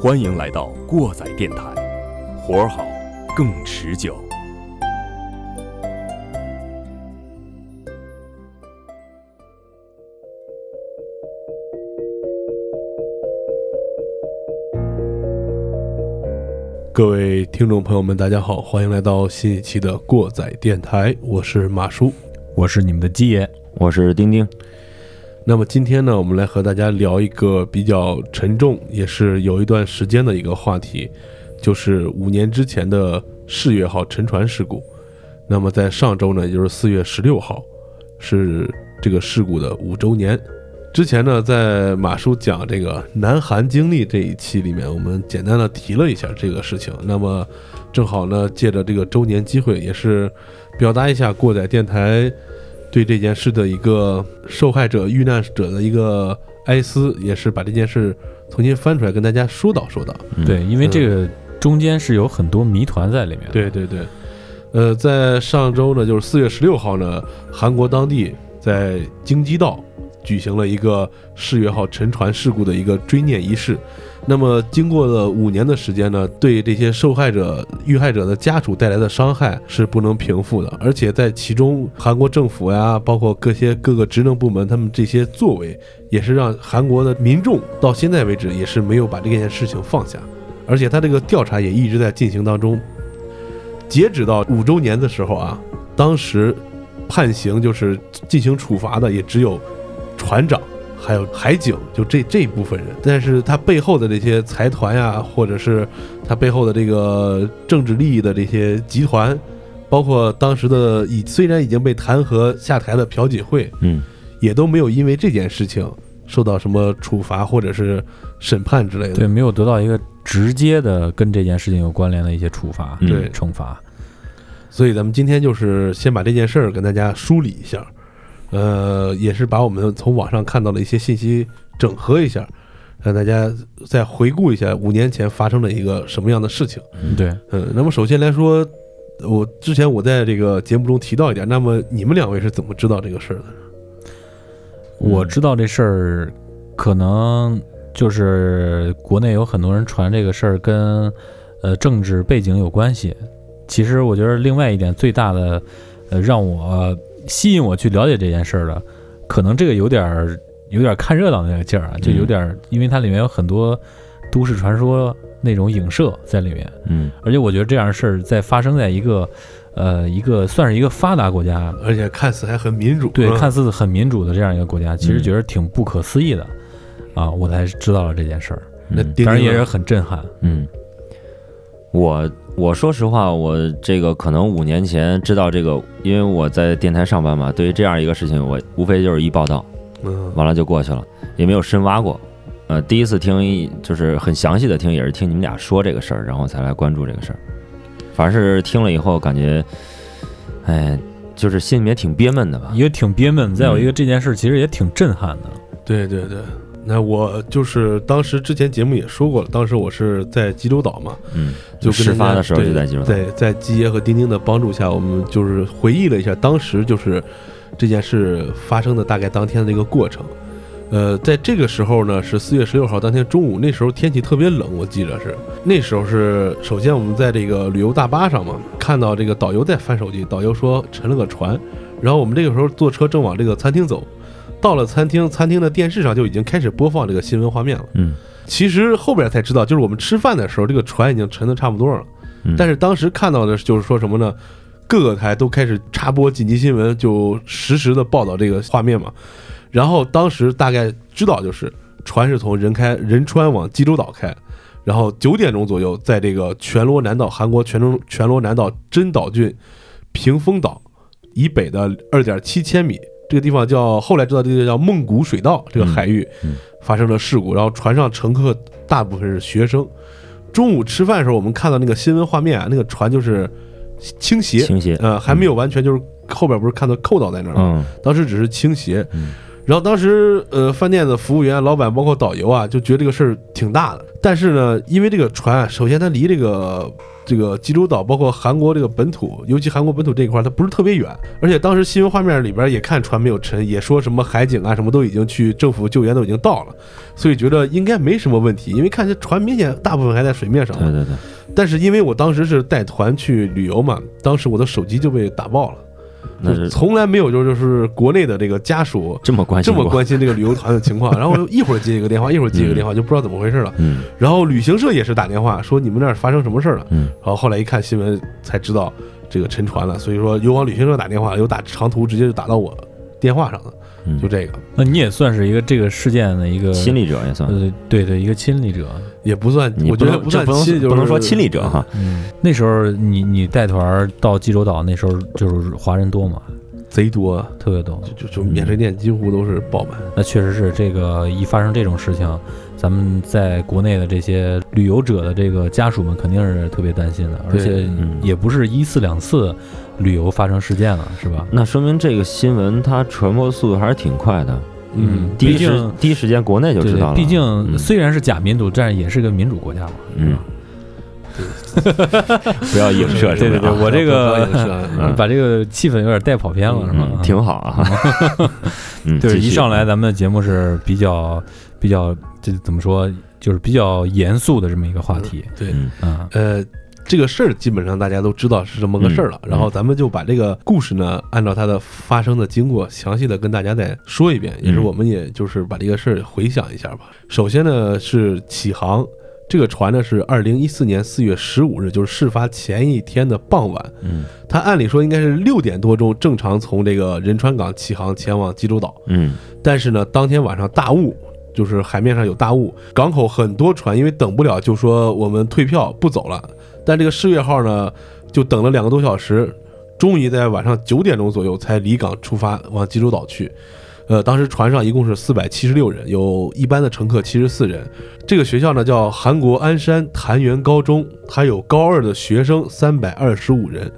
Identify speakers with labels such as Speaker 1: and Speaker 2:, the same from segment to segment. Speaker 1: 欢迎来到过载电台，活儿好，更持久。
Speaker 2: 各位听众朋友们，大家好，欢迎来到新一期的过载电台，我是马叔。
Speaker 3: 我是你们的鸡爷，
Speaker 4: 我是丁丁，
Speaker 2: 那么今天呢，我们来和大家聊一个比较沉重，也是有一段时间的一个话题，就是五年之前的世越号沉船事故。那么在上周呢，也就是四月十六号，是这个事故的五周年。之前呢，在马叔讲这个南韩经历这一期里面，我们简单的提了一下这个事情。那么正好呢，借着这个周年机会，也是表达一下过载电台对这件事的一个受害者、遇难者的一个哀思，也是把这件事重新翻出来跟大家说道说道。
Speaker 4: 嗯
Speaker 3: 对，因为这个中间是有很多谜团在里面的。
Speaker 2: 对对对，呃，在上周呢，就是四月十六号呢，韩国当地在京畿道举行了一个世越号沉船事故的一个追念仪式。那么，经过了五年的时间呢，对这些受害者、遇害者的家属带来的伤害是不能平复的，而且在其中，韩国政府呀，包括各些各个职能部门，他们这些作为，也是让韩国的民众到现在为止也是没有把这件事情放下，而且他这个调查也一直在进行当中，截止到五周年的时候啊，当时判刑就是进行处罚的也只有船长还有海警，就这这一部分人。但是他背后的这些财团呀、或者是他背后的这个政治利益的这些集团，包括当时的已虽然已经被弹劾下台的朴槿惠，
Speaker 4: 嗯，
Speaker 2: 也都没有因为这件事情受到什么处罚或者是审判之类的。
Speaker 3: 对，没有得到一个直接的跟这件事情有关联的一些处罚、
Speaker 4: 嗯
Speaker 2: 对
Speaker 3: 惩罚。
Speaker 2: 所以咱们今天就是先把这件事儿跟大家梳理一下，呃，也是把我们从网上看到的一些信息整合一下，让大家再回顾一下五年前发生的一个什么样的事情。
Speaker 3: 对，
Speaker 2: 嗯，那么首先来说，我之前我在这个节目中提到一点，那么你们两位是怎么知道这个事儿的？
Speaker 3: 我知道这事儿，可能就是国内有很多人传这个事儿跟呃政治背景有关系。其实我觉得另外一点最大的，呃，让我、吸引我去了解这件事儿的，可能这个有点儿有点儿看热闹的那个劲儿啊，就有点儿，因为它里面有很多都市传说那种影射在里面。
Speaker 4: 嗯
Speaker 3: 而且我觉得这样的事儿在发生在一个，呃，一个算是一个发达国家，
Speaker 2: 而且看似还很民主，
Speaker 3: 嗯对，
Speaker 2: 嗯
Speaker 3: 看似很民主的这样一个国家，其实
Speaker 4: 嗯
Speaker 3: 觉得挺不可思议的，啊，我才知道了这件事儿，
Speaker 2: 那
Speaker 4: 嗯
Speaker 2: 丁
Speaker 3: 当然
Speaker 2: 丁
Speaker 3: 也
Speaker 2: 呢
Speaker 3: 是很震撼。
Speaker 4: 嗯，我我说实话，我这个可能五年前知道这个，因为我在电台上班嘛，对于这样一个事情，我无非就是一报道，
Speaker 2: 嗯
Speaker 4: 完了就过去了，也没有深挖过。呃，第一次听就是很详细的听，也是听你们俩说这个事儿，然后才来关注这个事儿。反正是听了以后，感觉，哎，就是心里面挺憋闷的吧。
Speaker 3: 也挺憋闷，再有
Speaker 4: 嗯
Speaker 3: 一个这件事其实也挺震撼的，
Speaker 2: 对对对。那我就是当时之前节目也说过了，当时我是在济州岛嘛，
Speaker 4: 嗯，
Speaker 2: 就跟
Speaker 4: 事
Speaker 2: 人家
Speaker 4: 发的时候
Speaker 2: 对
Speaker 4: 就在济州岛。
Speaker 2: 在在基爷和丁丁的帮助下，我们就是回忆了一下当时就是这件事发生的大概当天的一个过程。呃，在这个时候呢，是四月十六号当天中午，那时候天气特别冷，我记得是那时候是首先我们在这个旅游大巴上嘛，看到这个导游在翻手机，导游说沉了个船，然后我们这个时候坐车正往这个餐厅走，到了餐厅，餐厅的电视上就已经开始播放这个新闻画面了。
Speaker 4: 嗯
Speaker 2: 其实后边才知道，就是我们吃饭的时候，这个船已经沉的差不多了。
Speaker 4: 嗯
Speaker 2: 但是当时看到的就是说什么呢？各个台都开始插播紧急新闻，就实时的报道这个画面嘛。然后当时大概知道就是船是从仁开仁川往济州岛开，然后九点钟左右在这个全罗南道韩国全中全罗南道真岛郡屏风岛以北的二点七千米这个地方叫后来知道这个叫孟古水道这个海域、
Speaker 4: 嗯嗯
Speaker 2: 发生了事故，然后船上乘客大部分是学生。中午吃饭的时候，我们看到那个新闻画面啊，那个船就是倾斜，
Speaker 4: 倾斜
Speaker 2: 呃，还没有完全就是后边不是看到扣到在那儿吗？
Speaker 4: 嗯
Speaker 2: 当时只是倾斜
Speaker 4: 嗯，
Speaker 2: 然后当时呃，饭店的服务员、老板包括导游啊，就觉得这个事儿挺大的。但是呢，因为这个船啊，首先它离这个这个济州岛，包括韩国这个本土，尤其韩国本土这一块儿，它不是特别远。而且当时新闻画面里边也看船没有沉，也说什么海警啊什么都已经去政府救援都已经到了，所以觉得应该没什么问题。因为看这船明显大部分还在水面上嘛，
Speaker 4: 对对对，
Speaker 2: 但是因为我当时是带团去旅游嘛，当时我的手机就被打爆了，
Speaker 4: 那
Speaker 2: 就是
Speaker 4: 是
Speaker 2: 从来没有就是就是国内的这个家属
Speaker 4: 这么关
Speaker 2: 这
Speaker 4: 心
Speaker 2: 么
Speaker 4: 过，
Speaker 2: 关心这个旅游团的情 况，然后我就一会儿接一个电话，一会儿接一个电话，就不知道怎么回事了。
Speaker 4: 嗯
Speaker 2: 然后旅行社也是打电话说你们那儿发生什么事儿了，
Speaker 4: 嗯
Speaker 2: 然后后来一看新闻才知道这个沉船了，所以说有往旅行社打电话，有打长途直接就打到我电话上了，
Speaker 4: 嗯，
Speaker 2: 就这个
Speaker 3: 那你也算是一个这个事件的一个
Speaker 4: 亲历者也算，
Speaker 3: 呃，对对，一个亲历者。
Speaker 2: 也不算，
Speaker 4: 你
Speaker 2: 我觉
Speaker 4: 不
Speaker 2: 得
Speaker 4: 能
Speaker 2: 不
Speaker 4: 这
Speaker 2: 算
Speaker 4: 不
Speaker 2: 亲，
Speaker 4: 能
Speaker 2: 就是
Speaker 4: 不能说亲历者哈，
Speaker 3: 嗯，那时候你你带团儿到济州岛，那时候就是华人多嘛，
Speaker 2: 贼多，
Speaker 3: 特别多。
Speaker 2: 就就就免税店几乎都是爆满。
Speaker 3: 那确实是这个一发生这种事情，咱们在国内的这些旅游者的这个家属们肯定是特别担心的，而
Speaker 2: 对
Speaker 3: 且
Speaker 4: 嗯
Speaker 3: 也不是一次两次旅游发生事件了，是吧？
Speaker 4: 那说明这个新闻它传播速度还是挺快的，
Speaker 3: 嗯
Speaker 4: 第一
Speaker 3: 毕
Speaker 4: 时
Speaker 3: 竟
Speaker 4: 第一时间国内就
Speaker 3: 对
Speaker 4: 知道
Speaker 3: 对，
Speaker 4: 了，
Speaker 3: 毕竟
Speaker 4: 嗯
Speaker 3: 虽然是假民主，但是也是个民主国家嘛。
Speaker 4: 嗯，不要影射，
Speaker 3: 对对对
Speaker 4: 这个啊
Speaker 3: 我这个
Speaker 2: 不要影射
Speaker 4: 嗯
Speaker 3: 把这个气氛有点带跑偏了，是吧？
Speaker 4: 嗯挺好啊，嗯，
Speaker 3: 就是
Speaker 4: 继
Speaker 3: 一
Speaker 4: 续
Speaker 3: 上来咱们的节目是比较比较这怎么说，就是比较严肃的这么一个话题，
Speaker 2: 对，
Speaker 4: 嗯
Speaker 3: 嗯，
Speaker 2: 呃，这个事儿基本上大家都知道是这么个事儿了。
Speaker 4: 嗯
Speaker 2: 然后咱们就把这个故事呢，按照它的发生的经过，详细的跟大家再说一遍，也是
Speaker 4: 嗯
Speaker 2: 我们也就是把这个事儿回想一下吧。首先呢是启航。这个船呢是二零一四年四月十五日，就是事发前一天的傍晚。
Speaker 4: 嗯
Speaker 2: 它按理说应该是六点多钟正常从这个仁川港启航前往济州岛，
Speaker 4: 嗯
Speaker 2: 但是呢，当天晚上大雾，就是海面上有大雾，港口很多船因为等不了，就说我们退票不走了。但这个世越号呢，就等了两个多小时，终于在晚上九点钟左右才离港出发，往济州岛去。呃，当时船上一共是四百七十六人，有一般的乘客七十四人。这个学校呢叫韩国鞍山檀园高中，它有高二的学生三百二十五人，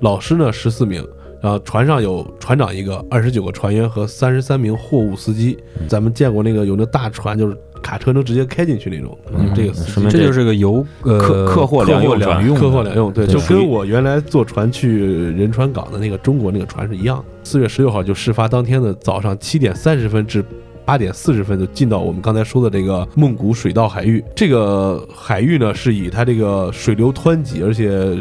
Speaker 2: 老师呢十四名。然后船上有船长一个，二十九个船员和三十三名货物司机。咱们见过那个有那大船，就是卡车能直接开进去那种，
Speaker 4: 嗯
Speaker 2: 就这个司机
Speaker 4: 说明
Speaker 3: 这
Speaker 4: 这
Speaker 3: 就是个游呃
Speaker 4: 客客货两
Speaker 3: 客货
Speaker 4: 用船
Speaker 3: 两用的
Speaker 2: 客货两用，对，
Speaker 3: 对
Speaker 2: 就
Speaker 4: 属于
Speaker 2: 跟我原来坐船去仁川港的那个中国那个船是一样的。四月十六号就事发当天的早上七点三十分至八点四十分就进到我们刚才说的这个孟古水道海域。这个海域呢是以它这个水流湍急，而且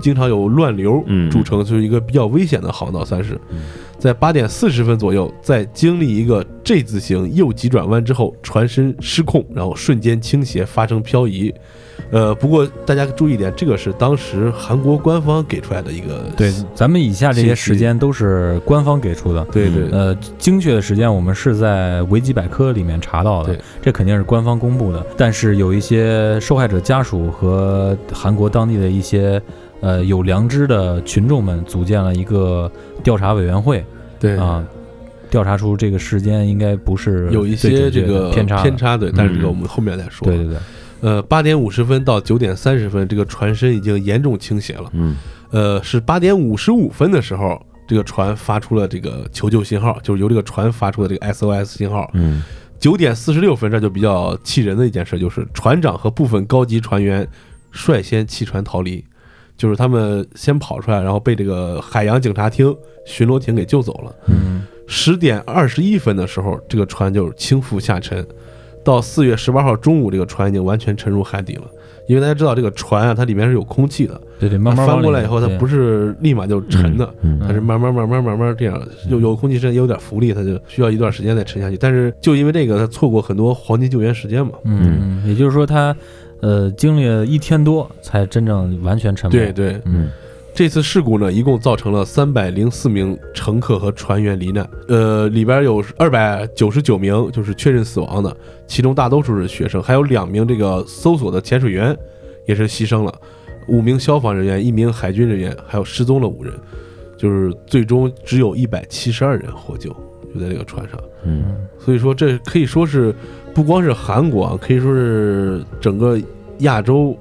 Speaker 2: 经常有乱流
Speaker 4: 嗯
Speaker 2: 著称，就是一个比较危险的航道，算是
Speaker 4: 嗯。
Speaker 2: 在八点四十分左右，在经历一个 J 字形右急转弯之后，船身失控，然后瞬间倾斜发生漂移。呃，不过大家注意一点，这个是当时韩国官方给出来的一个
Speaker 3: 对，咱们以下这些
Speaker 2: 信息
Speaker 3: 时间都是官方给出的，
Speaker 2: 对对
Speaker 3: 呃，精确的时间我们是在维基百科里面查到的
Speaker 2: 对，
Speaker 3: 这肯定是官方公布的。但是有一些受害者家属和韩国当地的一些呃有良知的群众们组建了一个调查委员会
Speaker 2: 对
Speaker 3: 啊，调查出这个时间应该不是
Speaker 2: 有一
Speaker 3: 最
Speaker 2: 些
Speaker 3: 准确
Speaker 2: 这
Speaker 3: 的
Speaker 2: 个
Speaker 3: 偏差的
Speaker 2: 偏差对，但是这个
Speaker 4: 嗯
Speaker 2: 我们后面再说。
Speaker 3: 对对对，
Speaker 2: 呃，八点五十分到九点三十分，这个船身已经严重倾斜了。
Speaker 4: 嗯
Speaker 2: 呃，是八点五十五分的时候，这个船发出了这个求救信号，就是由这个船发出的这个 SOS 信号。
Speaker 4: 嗯
Speaker 2: 九点四十六分，这就比较气人的一件事，就是船长和部分高级船员率先弃船逃离，就是他们先跑出来，然后被这个海洋警察厅巡逻艇给救走了。
Speaker 3: 嗯，
Speaker 2: 十点二十一分的时候，这个船就倾覆下沉。到四月十八号中午，这个船已经完全沉入海底了。因为大家知道，这个船啊，它里面是有空气的，
Speaker 3: 对对，慢慢
Speaker 2: 啊翻过来以后，它不
Speaker 3: 是
Speaker 2: 是立马就沉的，
Speaker 4: 嗯
Speaker 2: 它是慢慢慢慢慢慢这样，有有空气深，有点浮力，它就需要一段时间再沉下去。但是就因为这个，它错过很多黄金救援时间嘛。
Speaker 3: 嗯，嗯也就是说他呃经历了一天多才真正完全沉没，
Speaker 2: 对对，
Speaker 4: 嗯
Speaker 2: 这次事故呢，一共造成了三百零四名乘客和船员罹难，呃，里边有二百九十九名就是确认死亡的，其中大多数是学生，还有两名这个搜索的潜水员也是牺牲了，五名消防人员，一名海军人员，还有失踪了五人，就是最终只有一百七十二人获救，就在这个船上。
Speaker 4: 嗯
Speaker 3: 嗯，
Speaker 2: 所以说，这可以说是不光是韩国啊，可以说是整个亚洲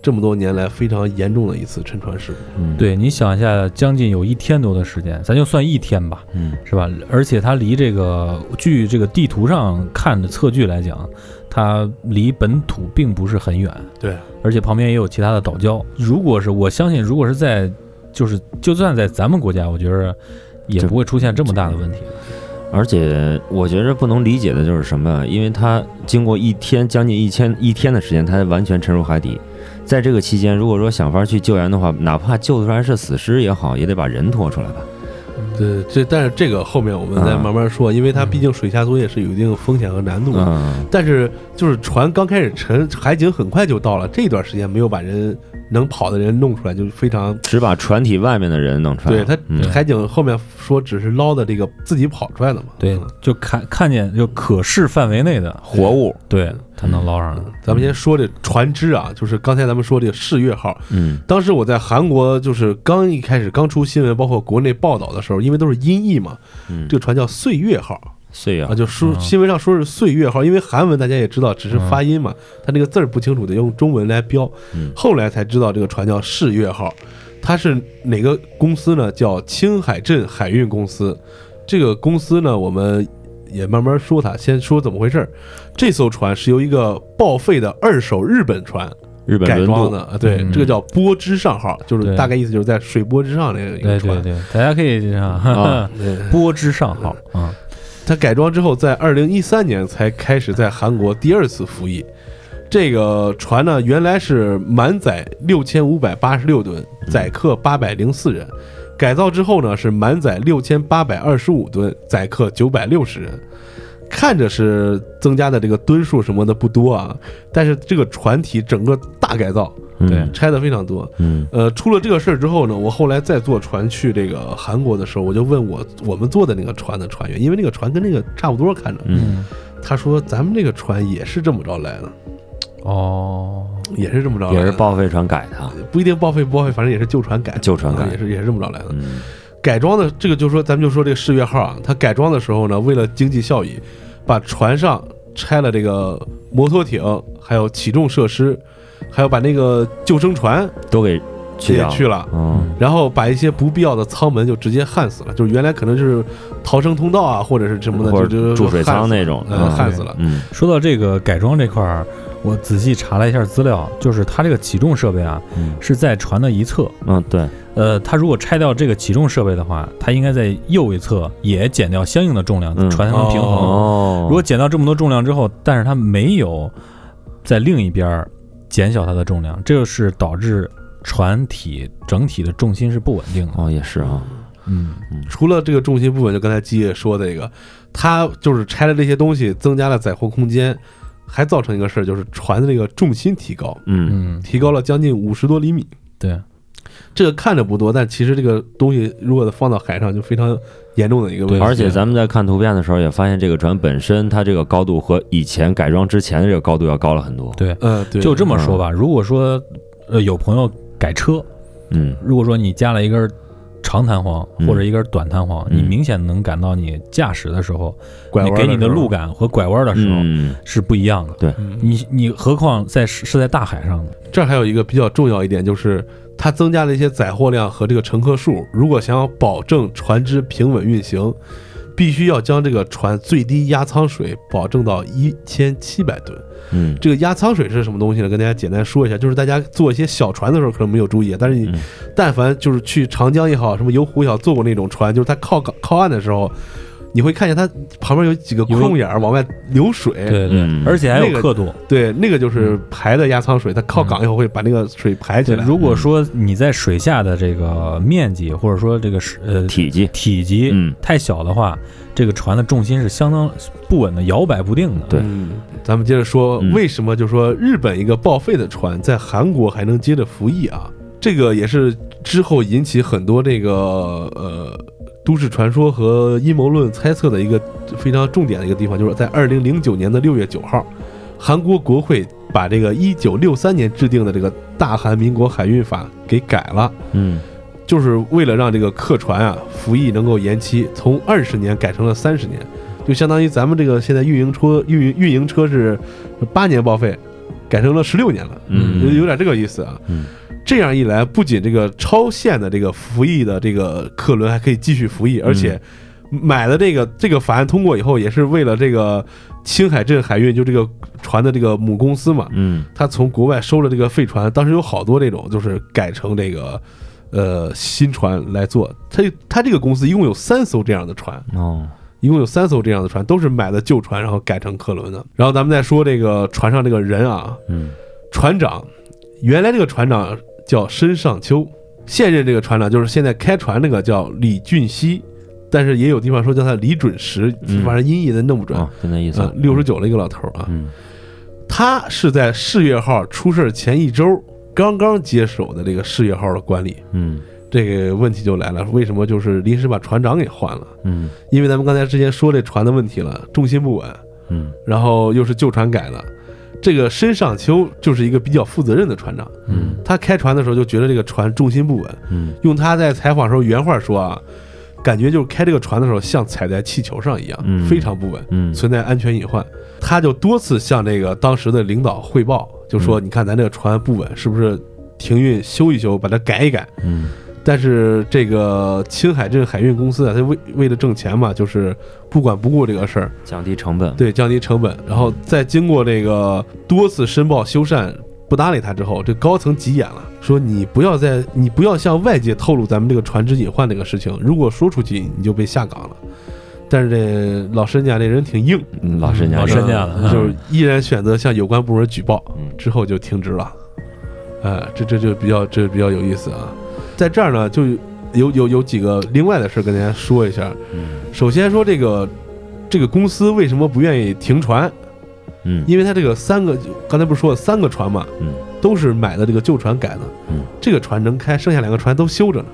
Speaker 2: 这么多年来非常严重的一次沉船事故。
Speaker 4: 嗯，
Speaker 3: 对，你想一下，将近有一天多的时间，咱就算一天吧，
Speaker 4: 嗯，
Speaker 3: 是吧？而且它离这个据这个地图上看的测距来讲，它离本土并不是很远，
Speaker 2: 对，
Speaker 3: 而且旁边也有其他的岛礁。如果是我相信，如果是在就是就算在咱们国家，我觉得也
Speaker 4: 这
Speaker 3: 不会出现这么大的问题。
Speaker 4: 而且我觉着不能理解的就是什么呀？因为他经过一天将近一千一天的时间，他完全沉入海底。在这个期间，如果说想法去救援的话，哪怕救出来是死尸也好，也得把人拖出来吧。
Speaker 2: 对，这但是这个后面我们再
Speaker 4: 啊
Speaker 2: 慢慢说，因为它毕竟水下作业是有一定风险和难度的。
Speaker 4: 嗯，
Speaker 2: 但是就是船刚开始沉，海警很快就到了，这段时间没有把人能跑的人弄出来，就非常。
Speaker 4: 只把船体外面的人弄出来。
Speaker 2: 对他
Speaker 4: 嗯，
Speaker 2: 海警后面说只是捞的这个自己跑出来的嘛。
Speaker 3: 对
Speaker 2: 嗯，
Speaker 3: 就看看见就可视范围内的，
Speaker 4: 活物，
Speaker 3: 对，它能捞上来。
Speaker 2: 咱们先说这船只啊，就是刚才咱们说这个世越号，
Speaker 4: 嗯
Speaker 2: 当时我在韩国就是刚一开始刚出新闻，包括国内报道的时候，因为都是音译嘛，
Speaker 4: 嗯，
Speaker 2: 这个船叫岁月号
Speaker 4: 岁月
Speaker 2: 啊，，就说
Speaker 3: 嗯
Speaker 2: 新闻上说是岁月号，因为韩文大家也知道只是发音嘛，它那个字儿不清楚，得用中文来标
Speaker 4: 嗯。
Speaker 2: 后来才知道这个船叫世越号，它是哪个公司呢？叫青海镇海运公司。这个公司呢，我们也慢慢说它，先说怎么回事儿。这艘船是由一个报废的二手日本船
Speaker 4: 日本
Speaker 2: 改
Speaker 4: 轮
Speaker 2: 装
Speaker 4: 渡
Speaker 2: 的，啊，对，
Speaker 3: 嗯
Speaker 2: 这个叫波之上号，就是
Speaker 3: 对
Speaker 2: 大概意思就是在水波之上那个一
Speaker 3: 对
Speaker 2: 个
Speaker 3: 对
Speaker 2: 船。
Speaker 3: 对，大家可以这样
Speaker 4: 啊嗯
Speaker 2: 对
Speaker 3: 波之上号啊，
Speaker 2: 它改装之后，在二零一三年才开始在韩国第二次服役。这个船呢，原来是满载六千五百八十六吨，载客八百零四人。改造之后呢，是满载六千八百二十五吨，载客九百六十人。看着是增加的这个吨数什么的不多啊，但是这个船体整个大改造，
Speaker 3: 对
Speaker 4: 嗯
Speaker 2: 拆的非常多。
Speaker 4: 嗯
Speaker 2: 呃，出了这个事儿之后呢，我后来再坐船去这个韩国的时候，我就问我我们坐的那个船的船员，因为那个船跟那个差不多看着，
Speaker 4: 嗯，
Speaker 2: 他说咱们这个船也是这么着来的，
Speaker 3: 哦，
Speaker 2: 也是这么着来的，
Speaker 4: 也是报废船改的，
Speaker 2: 不一定报废不报废，反正也是旧船改的，
Speaker 4: 旧船改
Speaker 2: 啊也是也是这么着来的。
Speaker 4: 嗯
Speaker 2: 改装的这个就说咱们就说这个世越号啊，它改装的时候呢，为了经济效益，把船上拆了这个摩托艇，还有起重设施，还有把那个救生船
Speaker 4: 都给去
Speaker 2: 也
Speaker 4: 掉
Speaker 2: 去了。
Speaker 4: 嗯
Speaker 2: 然后把一些不必要的舱门就直接焊死了，就是原来可能是逃生通道啊，或者是什么的，
Speaker 4: 或
Speaker 2: 就
Speaker 4: 者
Speaker 2: 就
Speaker 4: 注水舱
Speaker 2: 焊死
Speaker 4: 那种，
Speaker 2: 呃
Speaker 4: 嗯
Speaker 2: 焊死了。
Speaker 4: 嗯
Speaker 3: 说到这个改装这块儿，我仔细查了一下资料，就是它这个起重设备啊
Speaker 4: 嗯
Speaker 3: 是在船的一侧，
Speaker 4: 嗯，对，
Speaker 3: 呃，它如果拆掉这个起重设备的话，它应该在右一侧也减掉相应的重量，
Speaker 4: 嗯
Speaker 3: 船才能平衡。
Speaker 4: 哦，
Speaker 3: 如果减掉这么多重量之后，但是它没有在另一边儿减小它的重量，这就是导致船体整体的重心是不稳定的。
Speaker 4: 哦也是啊，
Speaker 3: 嗯，
Speaker 2: 除了这个重心不稳，就刚才基业说的这个，它就是拆了这些东西，增加了载货空间，还造成一个事儿，就是船的这个重心提高，
Speaker 4: 嗯
Speaker 3: 嗯，
Speaker 2: 提高了将近五十多厘米。
Speaker 3: 对，
Speaker 2: 这个看着不多，但其实这个东西如果放到海上，就非常严重的一个问题。
Speaker 4: 而且咱们在看图片的时候，也发现这个船本身它这个高度和以前改装之前的这个高度要高了很多。
Speaker 2: 嗯，对，
Speaker 3: 就这么说吧。如果说呃有朋友改车，
Speaker 4: 嗯，
Speaker 3: 如果说你加了一根长弹簧
Speaker 4: 嗯
Speaker 3: 或者一根短弹簧，
Speaker 4: 嗯
Speaker 3: 你明显能感到你驾驶的时候，
Speaker 2: 拐
Speaker 3: 你
Speaker 2: 弯
Speaker 3: 给你的
Speaker 2: 时候
Speaker 3: 路，感和拐弯的时候
Speaker 4: 嗯，
Speaker 3: 是不一样的。
Speaker 2: 嗯
Speaker 3: 你你何况在是是在大海上的，
Speaker 2: 这儿还有一个比较重要一点，就是它增加了一些载货量和这个乘客数。如果想要保证船只平稳运行，必须要将这个船最低压舱水保证到一千七百吨。
Speaker 4: 嗯，
Speaker 2: 这个压舱水是什么东西呢？跟大家简单说一下，就是大家坐一些小船的时候可能没有注意，但是你
Speaker 4: 嗯
Speaker 2: 但凡就是去长江也好，什么游湖也好，坐过那种船，就是它靠港靠岸的时候，你会看见它旁边有几个窟窿眼儿往外流水。
Speaker 3: 对
Speaker 4: 嗯
Speaker 3: 而且还
Speaker 2: 那
Speaker 3: 有
Speaker 2: 个
Speaker 3: 刻度。
Speaker 2: 对那个就是排的压舱水，它靠港以后会把那个水排起
Speaker 3: 对，
Speaker 2: 来。
Speaker 3: 如果说你在水下的这个面积或者说这个是呃
Speaker 4: 体积，
Speaker 3: 体积
Speaker 4: 嗯
Speaker 3: 太小的话，这个船的重心是相当不稳的，摇摆不定的。
Speaker 4: 对
Speaker 2: 嗯，咱们接着说，
Speaker 4: 嗯
Speaker 2: 为什么就说日本一个报废的船在韩国还能接着服役啊？这个也是之后引起很多这个呃都市传说和阴谋论猜测的一个非常重点的一个地方，就是在二零零九年的六月九号，韩国国会把这个一九六三年制定的这个《大韩民国海运法》给改了。
Speaker 4: 嗯
Speaker 2: 就是为了让这个客船啊服役能够延期，从二十年改成了三十年，就相当于咱们这个现在运营车运营运营车是八年报废，改成了十六年了，
Speaker 4: 嗯
Speaker 2: 有有点这个意思啊。
Speaker 4: 嗯
Speaker 2: 这样一来，不仅这个超限的这个服役的这个客轮还可以继续服
Speaker 4: 嗯
Speaker 2: 役，而且买的这个这个法案通过以后，也是为了这个青海镇海运就这个船的这个母公司嘛，
Speaker 4: 嗯
Speaker 2: 他从国外收了这个废船，当时有好多这种就是改成这个呃新船来做。他他这个公司一共有三艘这样的船，
Speaker 4: 哦，
Speaker 2: 一共有三艘这样的船，都是买的旧船，然后改成客轮的。然后咱们再说这个船上这个人啊，
Speaker 4: 嗯
Speaker 2: 船长，原来这个船长叫申尚秋，现任这个船长就是现在开船那个叫李俊熙，但是也有地方说叫他李准时，
Speaker 4: 嗯
Speaker 2: 反正音译的弄不准。
Speaker 4: 哦，就那意思
Speaker 2: 啊，，六十九了一个老头儿啊，
Speaker 4: 嗯
Speaker 2: 他是在世越号出事儿前一周刚刚接手的这个世越号的管理。
Speaker 4: 嗯
Speaker 2: 这个问题就来了，为什么就是临时把船长给换了？
Speaker 4: 嗯
Speaker 2: 因为咱们刚才之前说这船的问题了，重心不稳，
Speaker 4: 嗯
Speaker 2: 然后又是旧船改的。这个申尚秋就是一个比较负责任的船长，
Speaker 4: 嗯
Speaker 2: 他开船的时候就觉得这个船重心不稳，
Speaker 4: 嗯
Speaker 2: 用他在采访时候原话说啊，感觉就是开这个船的时候像踩在气球上一样，
Speaker 4: 嗯
Speaker 2: 非常不稳。
Speaker 4: 嗯，
Speaker 2: 存在安全隐患，他就多次向这个当时的领导汇报，就
Speaker 4: 嗯
Speaker 2: 说：“你看咱这个船不稳，是不是停运修一修，把它改一改
Speaker 4: 嗯？”
Speaker 2: 但是这个青海镇海运公司啊，他为为了挣钱嘛，就是不管不顾这个事儿，
Speaker 4: 降低成本，
Speaker 2: 对，降低成本，然后再经过这个多次申报修缮。不搭理他之后，这高层急眼了，说你不要再，你不要向外界透露咱们这个船只隐患这个事情，如果说出去，你就被下岗了。但是这老申家这人挺硬，
Speaker 4: 嗯老师家
Speaker 3: 老
Speaker 4: 这
Speaker 3: 师
Speaker 4: 个
Speaker 3: 申家了
Speaker 2: 嗯就是依然选择向有关部门举报，
Speaker 4: 嗯
Speaker 2: 之后就停职了。呃，这这就比较这比较有意思啊。在这儿呢，就有有有几个另外的事儿跟大家说一下。
Speaker 4: 嗯
Speaker 2: 首先说这个这个公司为什么不愿意停船？
Speaker 4: 嗯
Speaker 2: 因为它这个三个刚才不是说了三个船嘛，
Speaker 4: 嗯，
Speaker 2: 都是买的这个旧船改的，
Speaker 4: 嗯，
Speaker 2: 这个船能开，剩下两个船都修着呢，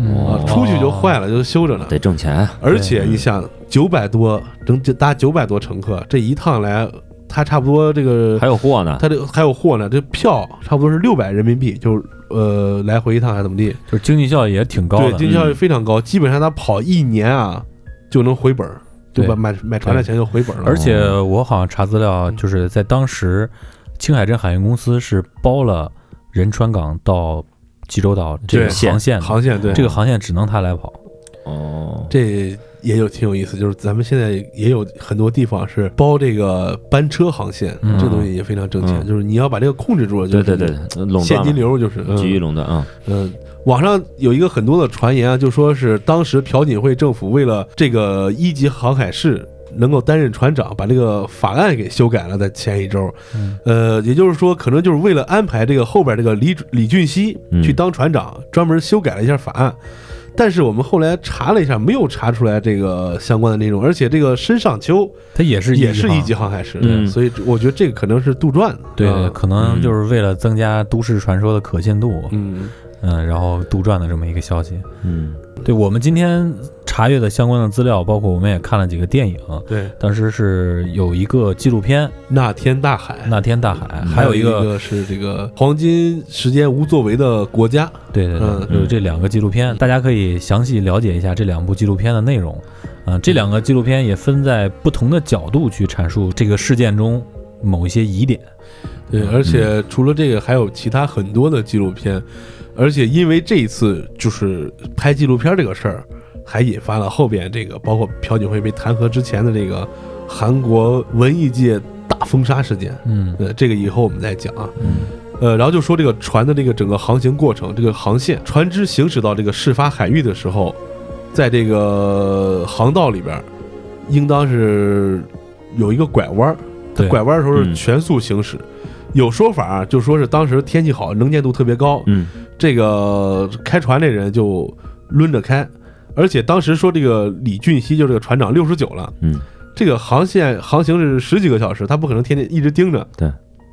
Speaker 2: 啊，
Speaker 4: 哦
Speaker 2: 出去就坏了，就修着呢。
Speaker 4: 得挣钱，
Speaker 2: 而且你想，九百多整搭九百多乘客，这一趟来，他差不多这个
Speaker 4: 还有货呢，
Speaker 2: 他这还有货呢，这票差不多是六百人民币，就是呃来回一趟还是怎么地？
Speaker 3: 就是经济效益也挺高
Speaker 2: 对，
Speaker 3: 的，
Speaker 2: 经济效益非常高，基本上他跑一年啊就能回本儿，就
Speaker 3: 对
Speaker 2: 把买买船的钱就回本了。
Speaker 3: 而且我好像查资料，
Speaker 2: 嗯
Speaker 3: 就是在当时，青海镇海运公司是包了仁川港到济州岛这个
Speaker 2: 对
Speaker 3: 航线的，
Speaker 2: 航线对
Speaker 3: 这个航线只能他来跑。
Speaker 4: 哦，
Speaker 2: 这也有挺有意思，就是咱们现在也有很多地方是包这个班车航线，
Speaker 3: 嗯
Speaker 2: 这东西也非常挣钱，
Speaker 4: 嗯
Speaker 2: 就是你要把这个控制住了，就
Speaker 4: 对
Speaker 2: 是
Speaker 4: 对对，垄
Speaker 2: 现
Speaker 4: 断
Speaker 2: 金
Speaker 4: 了，
Speaker 2: 流就是嗯
Speaker 4: 局域垄断啊，
Speaker 2: 嗯，网上有一个很多的传言啊，就说是当时朴槿惠政府为了这个一级航海士能够担任船长，把这个法案给修改了，在前一周。
Speaker 3: 嗯
Speaker 2: 呃，也就是说，可能就是为了安排这个后边这个李李俊熙
Speaker 4: 嗯
Speaker 2: 去当船长，专门修改了一下法案。但是我们后来查了一下，没有查出来这个相关的内容，而且这个申尚秋
Speaker 3: 他也是
Speaker 2: 也是一
Speaker 3: 一
Speaker 2: 级
Speaker 3: 级航，
Speaker 2: 航海士，
Speaker 4: 嗯
Speaker 2: 所以我觉得这个可能是杜撰的。
Speaker 3: 对
Speaker 2: 啊
Speaker 3: 对，可能就是为了增加都市传说的可信度，
Speaker 2: 嗯，
Speaker 3: 嗯，然后杜撰的这么一个消息。
Speaker 4: 嗯
Speaker 3: 对我们今天查阅的相关的资料，包括我们也看了几个电影，
Speaker 2: 对，
Speaker 3: 当时是有一个纪录片《
Speaker 2: 那天大海，
Speaker 3: 那天大海》，
Speaker 2: 还
Speaker 3: 还
Speaker 2: 有
Speaker 3: 有
Speaker 2: 一
Speaker 3: 一个
Speaker 2: 个是这个黄金时间无作为的国家，
Speaker 3: 对对
Speaker 2: 嗯
Speaker 3: 对，有这两个纪录片，大家可以详细了解一下这两部纪录片的内容。啊、这两个纪录片也分在不同的角度去阐述这个事件中某一些疑点。
Speaker 2: 对，而且除了这个，还有其他很多的纪录片，而且因为这一次就是拍纪录片这个事儿，还引发了后边这个包括朴槿惠被弹劾之前的这个韩国文艺界大封杀事件，
Speaker 3: 嗯
Speaker 2: 呃，这个以后我们再讲啊。
Speaker 3: 嗯
Speaker 2: 呃，然后就说这个船的这个整个航行过程，这个航线，船只行驶到这个事发海域的时候，在这个航道里边儿，应当是有一个拐弯儿，
Speaker 3: 对
Speaker 2: 拐弯儿的时候是
Speaker 4: 嗯
Speaker 2: 全速行驶。有说法啊就说是当时天气好，能见度特别高，
Speaker 4: 嗯
Speaker 2: 这个开船这人就抡着开，而且当时说这个李俊熙就这个船长六十九了，
Speaker 4: 嗯
Speaker 2: 这个航线航行是十几个小时，他不可能天天一直盯着，
Speaker 4: 对，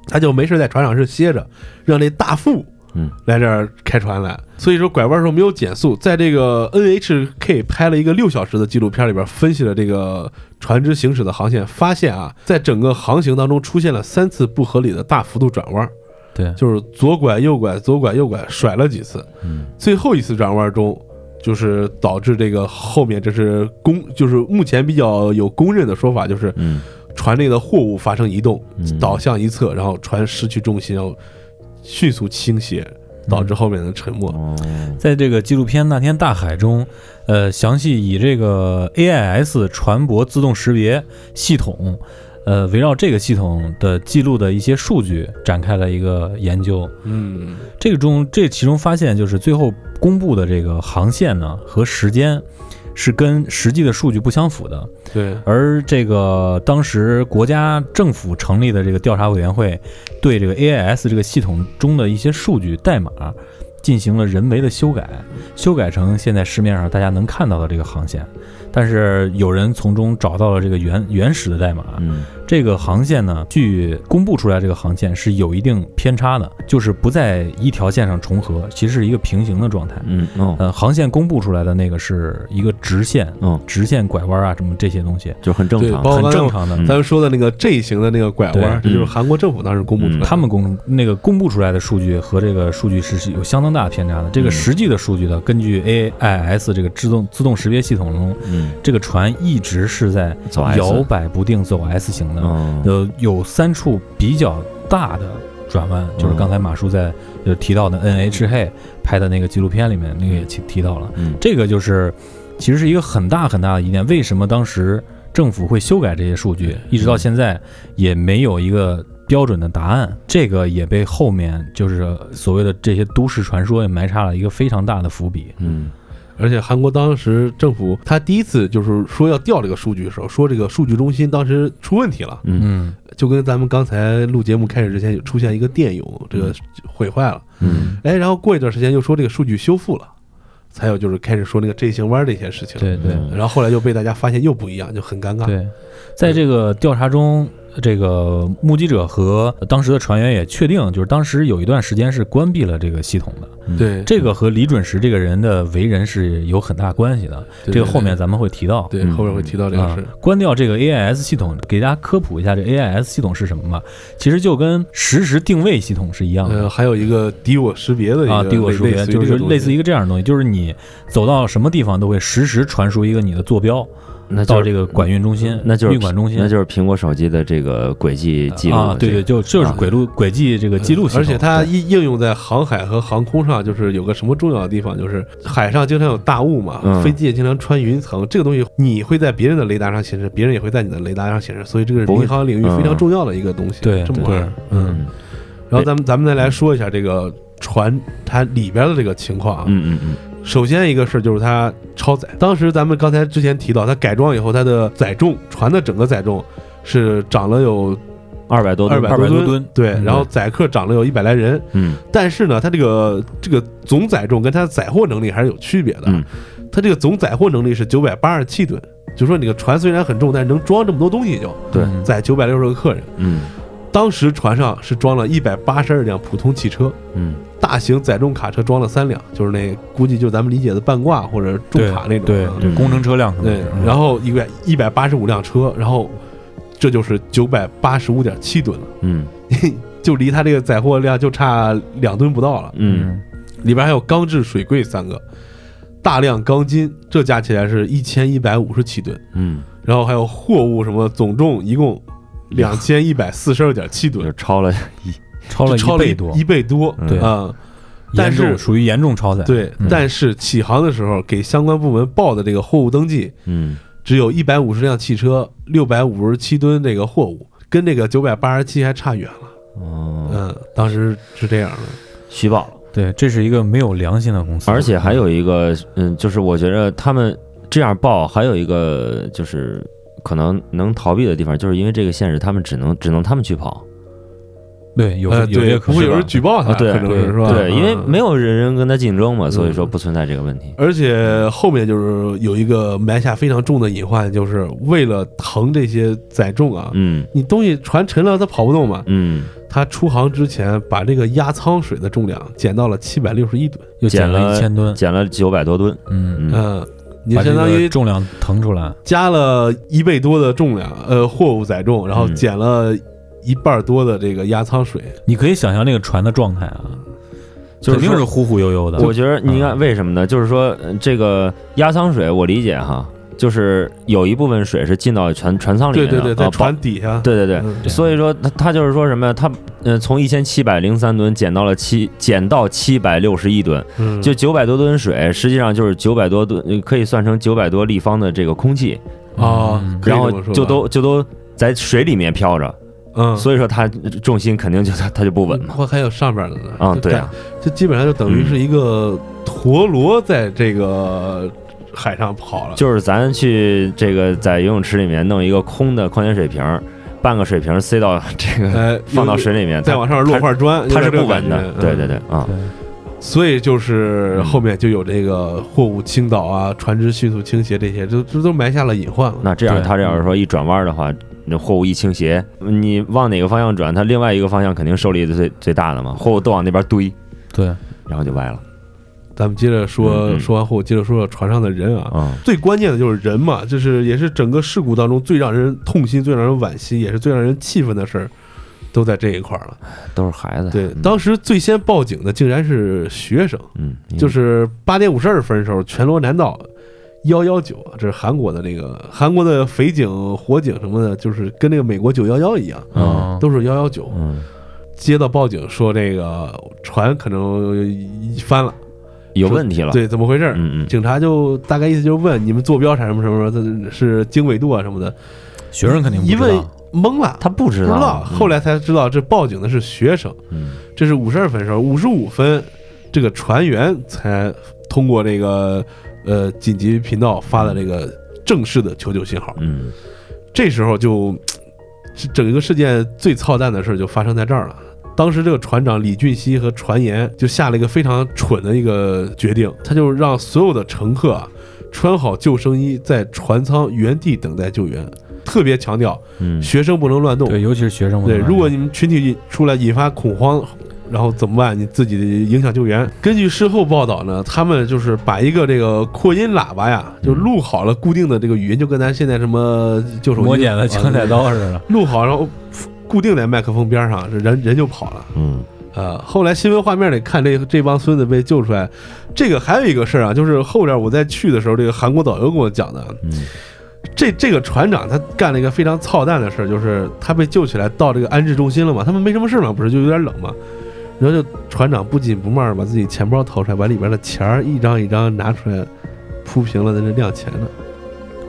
Speaker 2: 他就没事在船上是歇着，让这大副
Speaker 4: 嗯
Speaker 2: 来这儿开船来，所以说拐弯的时候没有减速，在这个 NHK 拍了一个六小时的纪录片里边分析了这个船只行驶的航线，发现啊，在整个航行当中出现了三次不合理的大幅度转弯，
Speaker 3: 对，
Speaker 2: 就是左拐右拐左拐右拐甩了几次，
Speaker 4: 嗯
Speaker 2: 最后一次转弯中，就是导致这个后面这是公，就是目前比较有公认的说法，就是
Speaker 4: 嗯
Speaker 2: 船内的货物发生移动，
Speaker 4: 嗯
Speaker 2: 倒向一侧，然后船失去重心，然后迅速倾斜，导致后面的沉没。
Speaker 4: 哦，
Speaker 3: 在这个纪录片《那天大海》中，呃，详细以这个 AIS 船舶自动识别系统，呃，围绕这个系统的记录的一些数据展开了一个研究。
Speaker 2: 嗯
Speaker 3: 这个中，这其中发现就是最后公布的这个航线呢和时间是跟实际的数据不相符的。
Speaker 2: 对，
Speaker 3: 而这个当时国家政府成立的这个调查委员会，对这个 AIS 这个系统中的一些数据代码进行了人为的修改，修改成现在市面上大家能看到的这个航线。但是有人从中找到了这个原原始的代码，
Speaker 4: 嗯，
Speaker 3: 这个航线呢，据公布出来，这个航线是有一定偏差的，就是不在一条线上重合，其实是一个平行的状态。
Speaker 4: 嗯，哦，
Speaker 3: 呃，航线公布出来的那个是一个直线，
Speaker 4: 嗯，
Speaker 3: 直线拐弯啊，什么这些东西，
Speaker 4: 就很正
Speaker 2: 对
Speaker 4: 常。
Speaker 2: 包哦
Speaker 3: 很
Speaker 2: 那
Speaker 3: 正常的。
Speaker 4: 嗯
Speaker 2: 咱们说的那个 J 型的那个拐弯，这
Speaker 4: 对
Speaker 2: 就是韩国政府当时公布出来的。
Speaker 3: 嗯他们公那个公布出来的数据和这个数据是是有相当大的偏差的。这个
Speaker 4: 嗯
Speaker 3: 实际的数据呢，根据 AIS 这个自动自动识别系统中，
Speaker 4: 嗯，
Speaker 3: 这个船一直是在
Speaker 4: 走 S，
Speaker 3: 摇摆不定走 S 型的。
Speaker 4: 嗯，
Speaker 3: 呃，有三处比较大的转弯，
Speaker 4: 嗯
Speaker 3: 就是刚才马叔在呃提到的 N H H 拍的那个纪录片里面，那个也提提到了，
Speaker 4: 嗯
Speaker 3: 这个就是其实是一个很大很大的疑点，为什么当时政府会修改这些数据，一
Speaker 4: 嗯
Speaker 3: 直到现在也没有一个。标准的答案，这个也被后面就是所谓的这些都市传说也埋下了一个非常大的伏笔。
Speaker 4: 嗯
Speaker 2: 而且韩国当时政府他第一次就是说要调这个数据的时候，说这个数据中心当时出问题了，
Speaker 4: 嗯
Speaker 3: 嗯
Speaker 2: 就跟咱们刚才录节目开始之前有出现一个电涌，这个毁坏了。
Speaker 4: 嗯，
Speaker 2: 哎，然后过一段时间又说这个数据修复了，才有就是开始说那个 J 型弯这些事情。
Speaker 3: 对对，
Speaker 2: 然后后来就被大家发现又不一样，就很尴尬。
Speaker 3: 对，在这个调查中，这个目击者和当时的船员也确定，就是当时有一段时间是关闭了这个系统的。
Speaker 2: 对
Speaker 3: 这个和李准时这个人的为人是有很大关系的，
Speaker 2: 对
Speaker 3: 这个后面咱们会提到。
Speaker 2: 对
Speaker 4: 嗯
Speaker 2: 后面会提到这个
Speaker 3: 啊
Speaker 2: 事。，
Speaker 3: 关掉这个 AIS 系统，给大家科普一下这 AIS 系统是什么吧。其实就跟实时定位系统是一样的，
Speaker 2: 呃，还有一个敌我识别的一个
Speaker 3: 啊，敌我
Speaker 2: 类
Speaker 3: 识别
Speaker 2: 类似于
Speaker 3: 就是
Speaker 2: 这个
Speaker 3: 类似
Speaker 2: 东西呃
Speaker 3: 一个这样的东西，就是你走到什么地方都会实时传输一个你的坐标
Speaker 4: 那就
Speaker 3: 到
Speaker 4: 是
Speaker 3: 这个管运中心，
Speaker 4: 那就是
Speaker 3: 运管中心，
Speaker 4: 那就是苹果手机的这个轨迹记录
Speaker 3: 啊，
Speaker 4: 的
Speaker 3: 对
Speaker 4: 这
Speaker 3: 对，
Speaker 4: 个，
Speaker 3: 就就是
Speaker 2: 啊
Speaker 3: 轨路轨迹这个记录系
Speaker 2: 嗯
Speaker 3: 统，
Speaker 2: 而且它
Speaker 3: 对
Speaker 2: 应应用在航海和航空上，就是有个什么重要的地方，就是海上经常有大雾嘛，
Speaker 4: 嗯
Speaker 2: 飞机也经常穿云层，这个东西你会在别人的雷达上显示，别人也会在你的雷达上显示，所以这个是
Speaker 4: 不会
Speaker 2: 民航领域非常重要的一个东西。
Speaker 3: 嗯对
Speaker 2: 这么玩
Speaker 3: 对
Speaker 2: 儿，嗯。
Speaker 4: 嗯
Speaker 2: 然后咱们咱们再来说一下这个船它里边的这个情况啊。
Speaker 4: 嗯嗯
Speaker 2: 首先一个事儿就是它超载，当时咱们刚才之前提到，它改装以后，它的载重船的整个载重是涨了有
Speaker 4: 嗯，二百多吨
Speaker 2: 二
Speaker 3: 200
Speaker 2: 多
Speaker 3: 多吨
Speaker 2: 对，
Speaker 3: 嗯
Speaker 2: 然后载客涨了有一百来人。
Speaker 4: 嗯
Speaker 2: 但是呢，它这个这个总载重跟它的载货能力还是有区别的。
Speaker 4: 嗯
Speaker 2: 它这个总载货能力是九百八十七吨，就说你这个船虽然很重，但是能装这么多东西就
Speaker 4: 对
Speaker 3: 嗯
Speaker 2: 载九百六十个客人。
Speaker 4: 嗯
Speaker 2: 当时船上是装了一百八十二辆普通汽车，
Speaker 4: 嗯
Speaker 2: 大型载重卡车装了三辆，就是那估计就是咱们理解的半挂或者重卡那种。
Speaker 3: 对
Speaker 2: 啊
Speaker 3: 对
Speaker 4: 嗯
Speaker 3: 工程车辆可能
Speaker 2: 对
Speaker 3: 是，嗯
Speaker 2: 然后一百一百八十五辆车，然后这就是九百八十五点七吨了，
Speaker 4: 嗯
Speaker 2: 就离它这个载货量就差两吨不到了。
Speaker 4: 嗯
Speaker 2: 里边还有钢制水柜三个，大量钢筋，这加起来是一千一百五十七吨，
Speaker 4: 嗯，
Speaker 2: 然后还有货物什么，总重一共两千一百四十二点七
Speaker 4: 就
Speaker 2: 吨，
Speaker 4: 超了，
Speaker 3: 超了
Speaker 2: 就超
Speaker 3: 一
Speaker 2: 了
Speaker 3: 倍多
Speaker 2: 一，倍多，
Speaker 4: 嗯
Speaker 3: 对
Speaker 2: 啊、但
Speaker 3: 严重
Speaker 2: 是
Speaker 3: 属于严重超载，
Speaker 2: 对
Speaker 3: 嗯，
Speaker 2: 但是起航的时候给相关部门报的这个货物登记，
Speaker 4: 嗯
Speaker 2: 只有一百五十辆汽车，六百五十七吨这个货物，跟这个九百八十七还差远了。
Speaker 4: 哦，
Speaker 2: 嗯，当时是这样的，
Speaker 4: 虚报。
Speaker 3: 对，这是一个没有良心的公司，
Speaker 4: 而且还有一个，嗯，就是我觉得他们这样报，还有一个就是可能能逃避的地方，就是因为这个限制，他们只能只能他们去跑，
Speaker 3: 对有
Speaker 2: 呃，
Speaker 3: 有这
Speaker 2: 对，
Speaker 3: 个可
Speaker 2: 不
Speaker 3: 能
Speaker 2: 会有
Speaker 3: 是
Speaker 2: 人
Speaker 3: 吧
Speaker 2: 举报他，
Speaker 4: 啊对
Speaker 2: 可能是是吧？
Speaker 4: 对，因为
Speaker 2: 嗯
Speaker 4: 没有人人跟他竞争嘛，所以说不存在这个问题。
Speaker 2: 而且后面就是有一个埋下非常重的隐患，就是为了腾这些载重啊，
Speaker 4: 嗯
Speaker 2: 你东西船沉了，它跑不动嘛。
Speaker 4: 嗯，
Speaker 2: 它出航之前把这个压舱水的重量减到了七百六十一吨，
Speaker 3: 又减
Speaker 4: 减了
Speaker 3: 一千吨，
Speaker 4: 减了九百多吨，
Speaker 3: 嗯，
Speaker 4: 嗯
Speaker 2: 嗯，你
Speaker 3: 把这
Speaker 2: 相当
Speaker 3: 个
Speaker 2: 于
Speaker 3: 重量腾出来，
Speaker 2: 加了一倍多的重量，呃，货物载重，然后
Speaker 4: 嗯
Speaker 2: 减了一半多的这个压舱水，
Speaker 3: 你可以想象那个船的状态啊，
Speaker 4: 就是
Speaker 3: 肯定是
Speaker 4: 说
Speaker 3: 忽忽悠悠的，
Speaker 2: 啊
Speaker 4: 我觉得你看
Speaker 3: 嗯
Speaker 4: 为什么呢？就是说呃这个压舱水，我理解哈，就是有一部分水是进到船船舱里
Speaker 2: 对
Speaker 4: 面的，
Speaker 2: 对对，
Speaker 4: 啊
Speaker 2: 在
Speaker 4: 包
Speaker 2: 船底下，
Speaker 4: 对对对，
Speaker 2: 嗯
Speaker 4: 所以说他他就是说什么呀？他呃从一千七百零三吨减到了七减到七百六十一吨，
Speaker 2: 嗯，
Speaker 4: 就九百多吨水，实际上就是九百多吨，呃可以算成九百多立方的这个空气，
Speaker 2: 啊
Speaker 3: 嗯，
Speaker 2: 可以
Speaker 4: 然后
Speaker 2: 这么说
Speaker 4: 就
Speaker 2: 吧
Speaker 4: 都就都在水里面飘着，
Speaker 2: 嗯，
Speaker 4: 所以说它重心肯定就 它它就不稳嘛。
Speaker 2: 或还有上边的呢
Speaker 4: 啊，
Speaker 2: 就
Speaker 4: 对
Speaker 2: 感
Speaker 4: 啊，
Speaker 2: 这基本上就等于是一个陀螺在这个海上跑了，
Speaker 4: 就是咱去这个在游泳池里面弄一个空的矿泉水瓶儿，半个水瓶儿塞到 这个
Speaker 2: 呃，
Speaker 4: 放到
Speaker 2: 有
Speaker 4: 水里面，
Speaker 2: 再
Speaker 4: 它
Speaker 2: 往上落块砖，
Speaker 4: 它
Speaker 2: 有点
Speaker 4: 是
Speaker 2: 这
Speaker 4: 不
Speaker 2: 个感
Speaker 4: 稳的
Speaker 2: 觉。
Speaker 4: 对对对，，嗯啊，
Speaker 3: 对，
Speaker 2: 嗯所以就是后面就有这个货物倾倒啊，船只迅速倾斜这些，这这都埋下了隐患了。
Speaker 4: 那这样
Speaker 3: 对
Speaker 4: 它这要
Speaker 2: 嗯
Speaker 4: 是说一转弯的话，那货物一倾斜，你往哪个方向转，它另外一个方向肯定受力最最大的嘛，货物都往那边堆，
Speaker 3: 对，
Speaker 4: 然后就歪了。
Speaker 2: 咱们接着说，
Speaker 4: 嗯嗯
Speaker 2: 说完后接着说说船上的人啊，
Speaker 4: 嗯，
Speaker 2: 最关键的就是人嘛，就是也是整个事故当中最让人痛心、最让人惋惜，也是最让人气愤的事儿，都在这一块儿了。
Speaker 4: 都是孩子。
Speaker 2: 对，
Speaker 4: 哎嗯
Speaker 2: 当时最先报警的竟然是学生，
Speaker 4: 嗯，
Speaker 2: 就是八点五十二分的时候，全罗南道幺幺九，啊这是韩国的那个韩国的匪警、火警什么的，就是跟那个美国九幺幺一样，
Speaker 4: 嗯
Speaker 2: 都是幺幺九。
Speaker 4: 嗯，
Speaker 2: 接到报警说这个船可能翻了，
Speaker 4: 有问题了。
Speaker 2: 对，怎么回事儿？
Speaker 4: 嗯嗯，
Speaker 2: 警察就大概意思就是问你们坐标啥什么什么，这是经纬度啊什么的，
Speaker 3: 学生肯定不
Speaker 2: 一
Speaker 3: 知
Speaker 2: 问
Speaker 3: 道，
Speaker 2: 懵了，
Speaker 4: 他不
Speaker 2: 不
Speaker 4: 知
Speaker 2: 知道，
Speaker 4: 道，嗯
Speaker 2: 后来才知道这报警的是学生，
Speaker 4: 嗯
Speaker 2: 这是五十二分的时候，五十五分这个船员才通过这个呃紧急频道发的这个正式的求救信号，
Speaker 4: 嗯，
Speaker 2: 这时候就这整个事件最操蛋的事儿就发生在这儿了。当时这个船长李俊熙和船员就下了一个非常蠢的一个决定，他就让所有的乘客啊穿好救生衣，在船舱原地等待救援，特别强调
Speaker 4: 嗯
Speaker 2: 学生不能乱动。
Speaker 3: 对，尤其是学生，
Speaker 2: 对，如果你们群体出来引发恐慌，然后怎么办？你自己影响救援。根据事后报道呢，他们就是把一个这个扩音喇叭呀，就录好了固定的这个语音，就跟咱现在什么旧手机
Speaker 3: 磨剪子、抢菜
Speaker 2: 啊
Speaker 3: 刀似的，
Speaker 2: 录好，然后固定在麦克风边上，这人人就跑了。
Speaker 4: 嗯
Speaker 2: 呃，后来新闻画面里看这这帮孙子被救出来，这个还有一个事儿啊，就是后边我在去的时候，这个韩国导游跟我讲的，
Speaker 4: 嗯
Speaker 2: 这这个船长他干了一个非常操蛋的事儿，就是他被救起来到这个安置中心了嘛，他们没什么事嘛，不是就有点冷嘛，然后就船长不紧不慢地把自己钱包掏出来，把里边的钱儿一张一张拿出来，铺平了在这亮钱呢。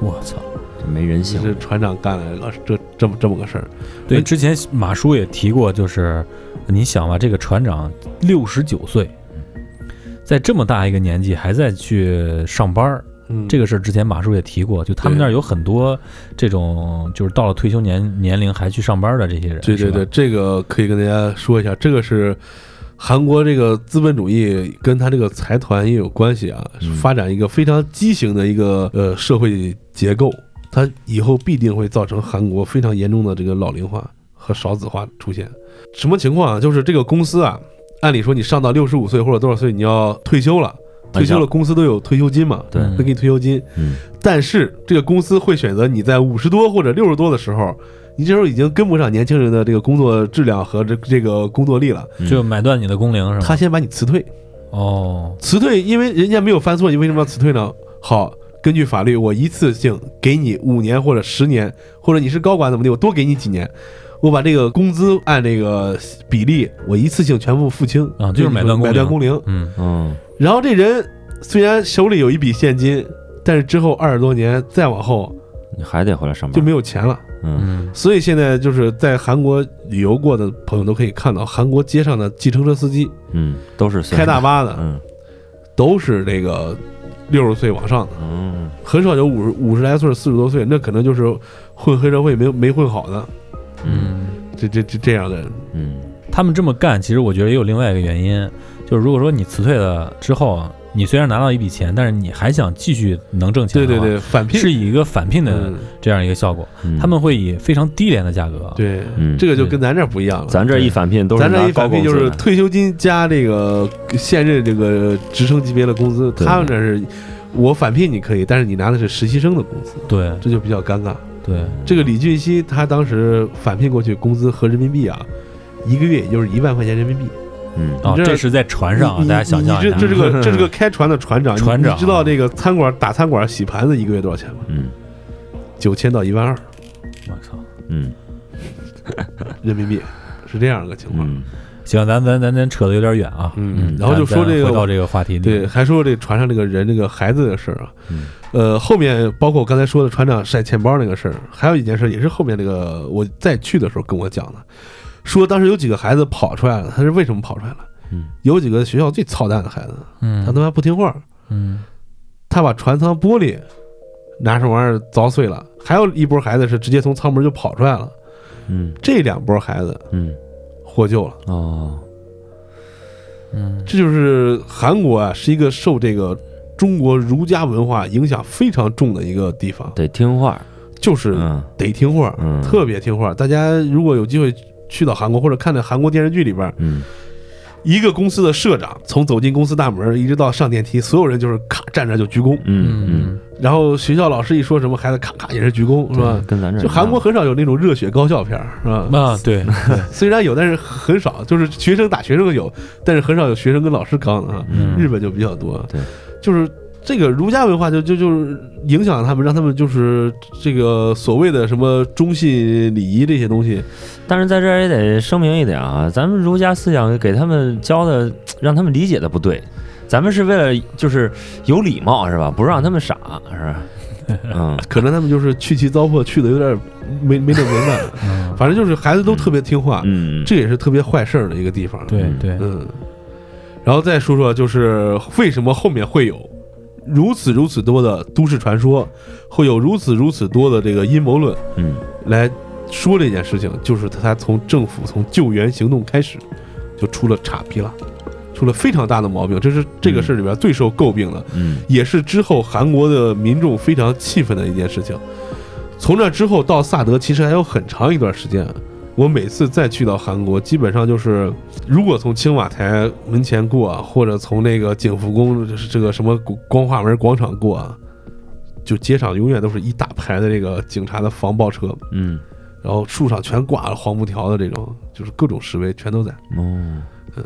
Speaker 3: 我操！
Speaker 4: 这没人
Speaker 2: 这
Speaker 4: 性。
Speaker 2: 是船长干了个这这么这么个事儿，
Speaker 3: 对，
Speaker 2: 嗯
Speaker 3: 之前马叔也提过，就是你想吧，这个船长六十九岁，在这么大一个年纪还在去上班儿，
Speaker 2: 嗯，
Speaker 3: 这个事儿之前马叔也提过，就他们
Speaker 2: 对
Speaker 3: 那儿有很多这种就是到了退休年年龄还去上班的这些人，
Speaker 2: 对对
Speaker 3: 是吧
Speaker 2: 对，，这个可以跟大家说一下，这个是韩国这个资本主义跟他这个财团也有关系啊，
Speaker 4: 嗯
Speaker 2: 发展一个非常畸形的一个呃社会结构，它以后必定会造成韩国非常严重的这个老龄化和少子化出现。什么情况啊？就是这个公司啊，按理说你上到六十五岁或者多少岁你要退休了，退休了公司都有退休金嘛，
Speaker 4: 对
Speaker 3: 嗯
Speaker 2: 会给你退休金，
Speaker 4: 嗯
Speaker 2: 但是这个公司会选择你在五十多或者六十多的时候，你这时候已经跟不上年轻人的这个工作质量和这这个工作力了，
Speaker 4: 嗯
Speaker 3: 就买断你的工龄是吧？
Speaker 2: 他先把你辞退。
Speaker 3: 哦，
Speaker 2: 辞退，因为人家没有犯错，你为什么要辞退呢？好，根据法律，我一次性给你五年或者十年，或者你是高管怎么的，我多给你几年，我把这个工资按这个比例，我一次性全部付清
Speaker 3: 啊就是买断工龄
Speaker 2: 买断工龄。
Speaker 3: 嗯，
Speaker 4: 嗯
Speaker 2: 然后这人虽然手里有一笔现金，但是之后二十多年再往后
Speaker 4: 你还得回来上班。
Speaker 2: 就没有钱了。
Speaker 4: 嗯
Speaker 3: 嗯，
Speaker 2: 所以现在就是在韩国旅游过的朋友都可以看到，韩国街上的计程车司机、
Speaker 4: 嗯，都是
Speaker 2: 开大
Speaker 4: 巴。
Speaker 2: 巴的
Speaker 4: 嗯
Speaker 2: 都是这个六十岁往上的，
Speaker 4: 嗯
Speaker 2: 很少有五十五十来岁、四十多岁，那可能就是混黑社会没没混好的，
Speaker 4: 嗯
Speaker 3: 嗯，
Speaker 2: 这这这这样的人。
Speaker 4: 嗯
Speaker 3: 他们这么干，其实我觉得也有另外一个原因，就是如果说你辞退了之后啊，你虽然拿到一笔钱，但是你还想继续能挣
Speaker 2: 对
Speaker 3: 钱的
Speaker 2: 对
Speaker 3: 话，
Speaker 2: 对，返聘
Speaker 3: 是以一个返聘的
Speaker 2: 嗯，
Speaker 3: 这样一个效果，
Speaker 4: 嗯，
Speaker 3: 他们会以非常低廉的价格，
Speaker 2: 对，
Speaker 4: 嗯
Speaker 2: 这个就跟咱这儿不一样了。
Speaker 4: 咱这一返聘都是
Speaker 2: 咱这
Speaker 4: 拿
Speaker 2: 一
Speaker 4: 高
Speaker 2: 返
Speaker 4: 工
Speaker 2: 聘
Speaker 4: 资
Speaker 2: 就是
Speaker 4: 的
Speaker 2: 退休金加这个现任这个职称级别的工资，
Speaker 4: 对
Speaker 2: 他们这是我返聘你可以，但是你拿的是实习生的工资，
Speaker 3: 对
Speaker 2: 这就比较尴尬。
Speaker 3: 对，
Speaker 2: 这个李俊熙他当时返聘过去，工资合人民币啊，一个月也就是一万块钱人民币，
Speaker 4: 嗯
Speaker 3: 啊，
Speaker 2: 这
Speaker 3: 这是在船上啊，
Speaker 2: 你
Speaker 3: 大家想象
Speaker 2: 你
Speaker 3: 一
Speaker 2: 这
Speaker 3: 下，
Speaker 2: 这是 个这是个开船的船长，你
Speaker 3: 船长啊
Speaker 2: 你知道这个餐馆打餐馆洗盘子一个月多少钱吗？
Speaker 4: 嗯
Speaker 2: 九千到一万二
Speaker 3: 我操！
Speaker 4: 嗯
Speaker 2: 人民币，是这样一个情况。
Speaker 4: 嗯
Speaker 3: 行，咱咱咱咱扯的有点远啊，
Speaker 2: 嗯然后就
Speaker 3: 咱
Speaker 2: 说
Speaker 3: 咱
Speaker 2: 这个
Speaker 3: 回到这个话题里，
Speaker 2: 对，还说这船上这个人这个孩子的事儿啊，
Speaker 4: 嗯
Speaker 2: 呃，后面包括我刚才说的船长晒钱包那个事儿，还有一件事也是后面那个我再去的时候跟我讲的，说当时有几个孩子跑出来了，他是为什么跑出来了？
Speaker 4: 嗯
Speaker 2: 有几个学校最操蛋的孩子，
Speaker 3: 嗯，
Speaker 2: 他他妈不听话，
Speaker 3: 嗯
Speaker 2: 他把船舱玻璃拿什么玩意儿凿碎了，还有一波孩子是直接从舱门就跑出来了，
Speaker 4: 嗯
Speaker 2: 这两波孩子
Speaker 4: 嗯
Speaker 2: 获救了。
Speaker 4: 哦
Speaker 3: 嗯
Speaker 2: 这就是韩国啊，是一个受这个中国儒家文化影响非常重的一个地方，
Speaker 4: 得听话，
Speaker 2: 就是
Speaker 4: 嗯
Speaker 2: 得听话，
Speaker 4: 嗯
Speaker 2: 特别听话。大家如果有机会去到韩国，或者看到韩国电视剧里边，
Speaker 4: 嗯
Speaker 2: 一个公司的社长从走进公司大门一直到上电梯，所有人就是咔站着就鞠躬，
Speaker 4: 嗯
Speaker 2: 然后学校老师一说什么，孩子咔咔也是鞠躬，
Speaker 4: 嗯
Speaker 2: 是吧？？
Speaker 4: 跟咱这儿
Speaker 2: 就韩国
Speaker 4: 一
Speaker 2: 很少有那种热血高校片儿，是
Speaker 4: 嗯
Speaker 2: 吧？
Speaker 3: 啊，对，
Speaker 2: 虽然有，但是很少，就是学生打学生有，但是很少有学生跟老师刚的啊。
Speaker 4: 样
Speaker 2: 日本就比较多。
Speaker 4: 嗯对，
Speaker 2: 就是这个儒家文化就就就是影响他们，让他们就是这个所谓的什么忠信礼仪这些东西。
Speaker 4: 但是在这儿也得声明一点啊，咱们儒家思想给他们教的，让他们理解的不对。咱们是为了就是有礼貌是吧？不让他们傻 是吧？嗯
Speaker 2: 可能他们就是去其糟粕，去的有点没没那文 化。
Speaker 3: 嗯
Speaker 2: 反正就是孩子都特别听话，
Speaker 4: 嗯，
Speaker 2: 这也是特别坏事儿的一个地方。
Speaker 3: 对对，
Speaker 2: 嗯，然后再说说就是为什么后面会有。如此如此多的都市传说，会有如此如此多的这个阴谋论
Speaker 4: 嗯
Speaker 2: 来说这件事情，就是他从政府从救援行动开始就出了岔劈了，出了非常大的毛病，这是这个事儿里边最受诟病的，
Speaker 4: 嗯
Speaker 2: 也是之后韩国的民众非常气愤的一件事情。从那之后到萨德，其实还有很长一段时间。我每次再去到韩国，基本上就是，如果从青瓦台门前过啊，或者从那个景福宫就是这个什么光光化门广场过啊，就街上永远都是一大排的这个警察的防暴车，
Speaker 4: 嗯
Speaker 2: 然后树上全挂了黄布条的这种，就是各种示威全都在。
Speaker 4: 哦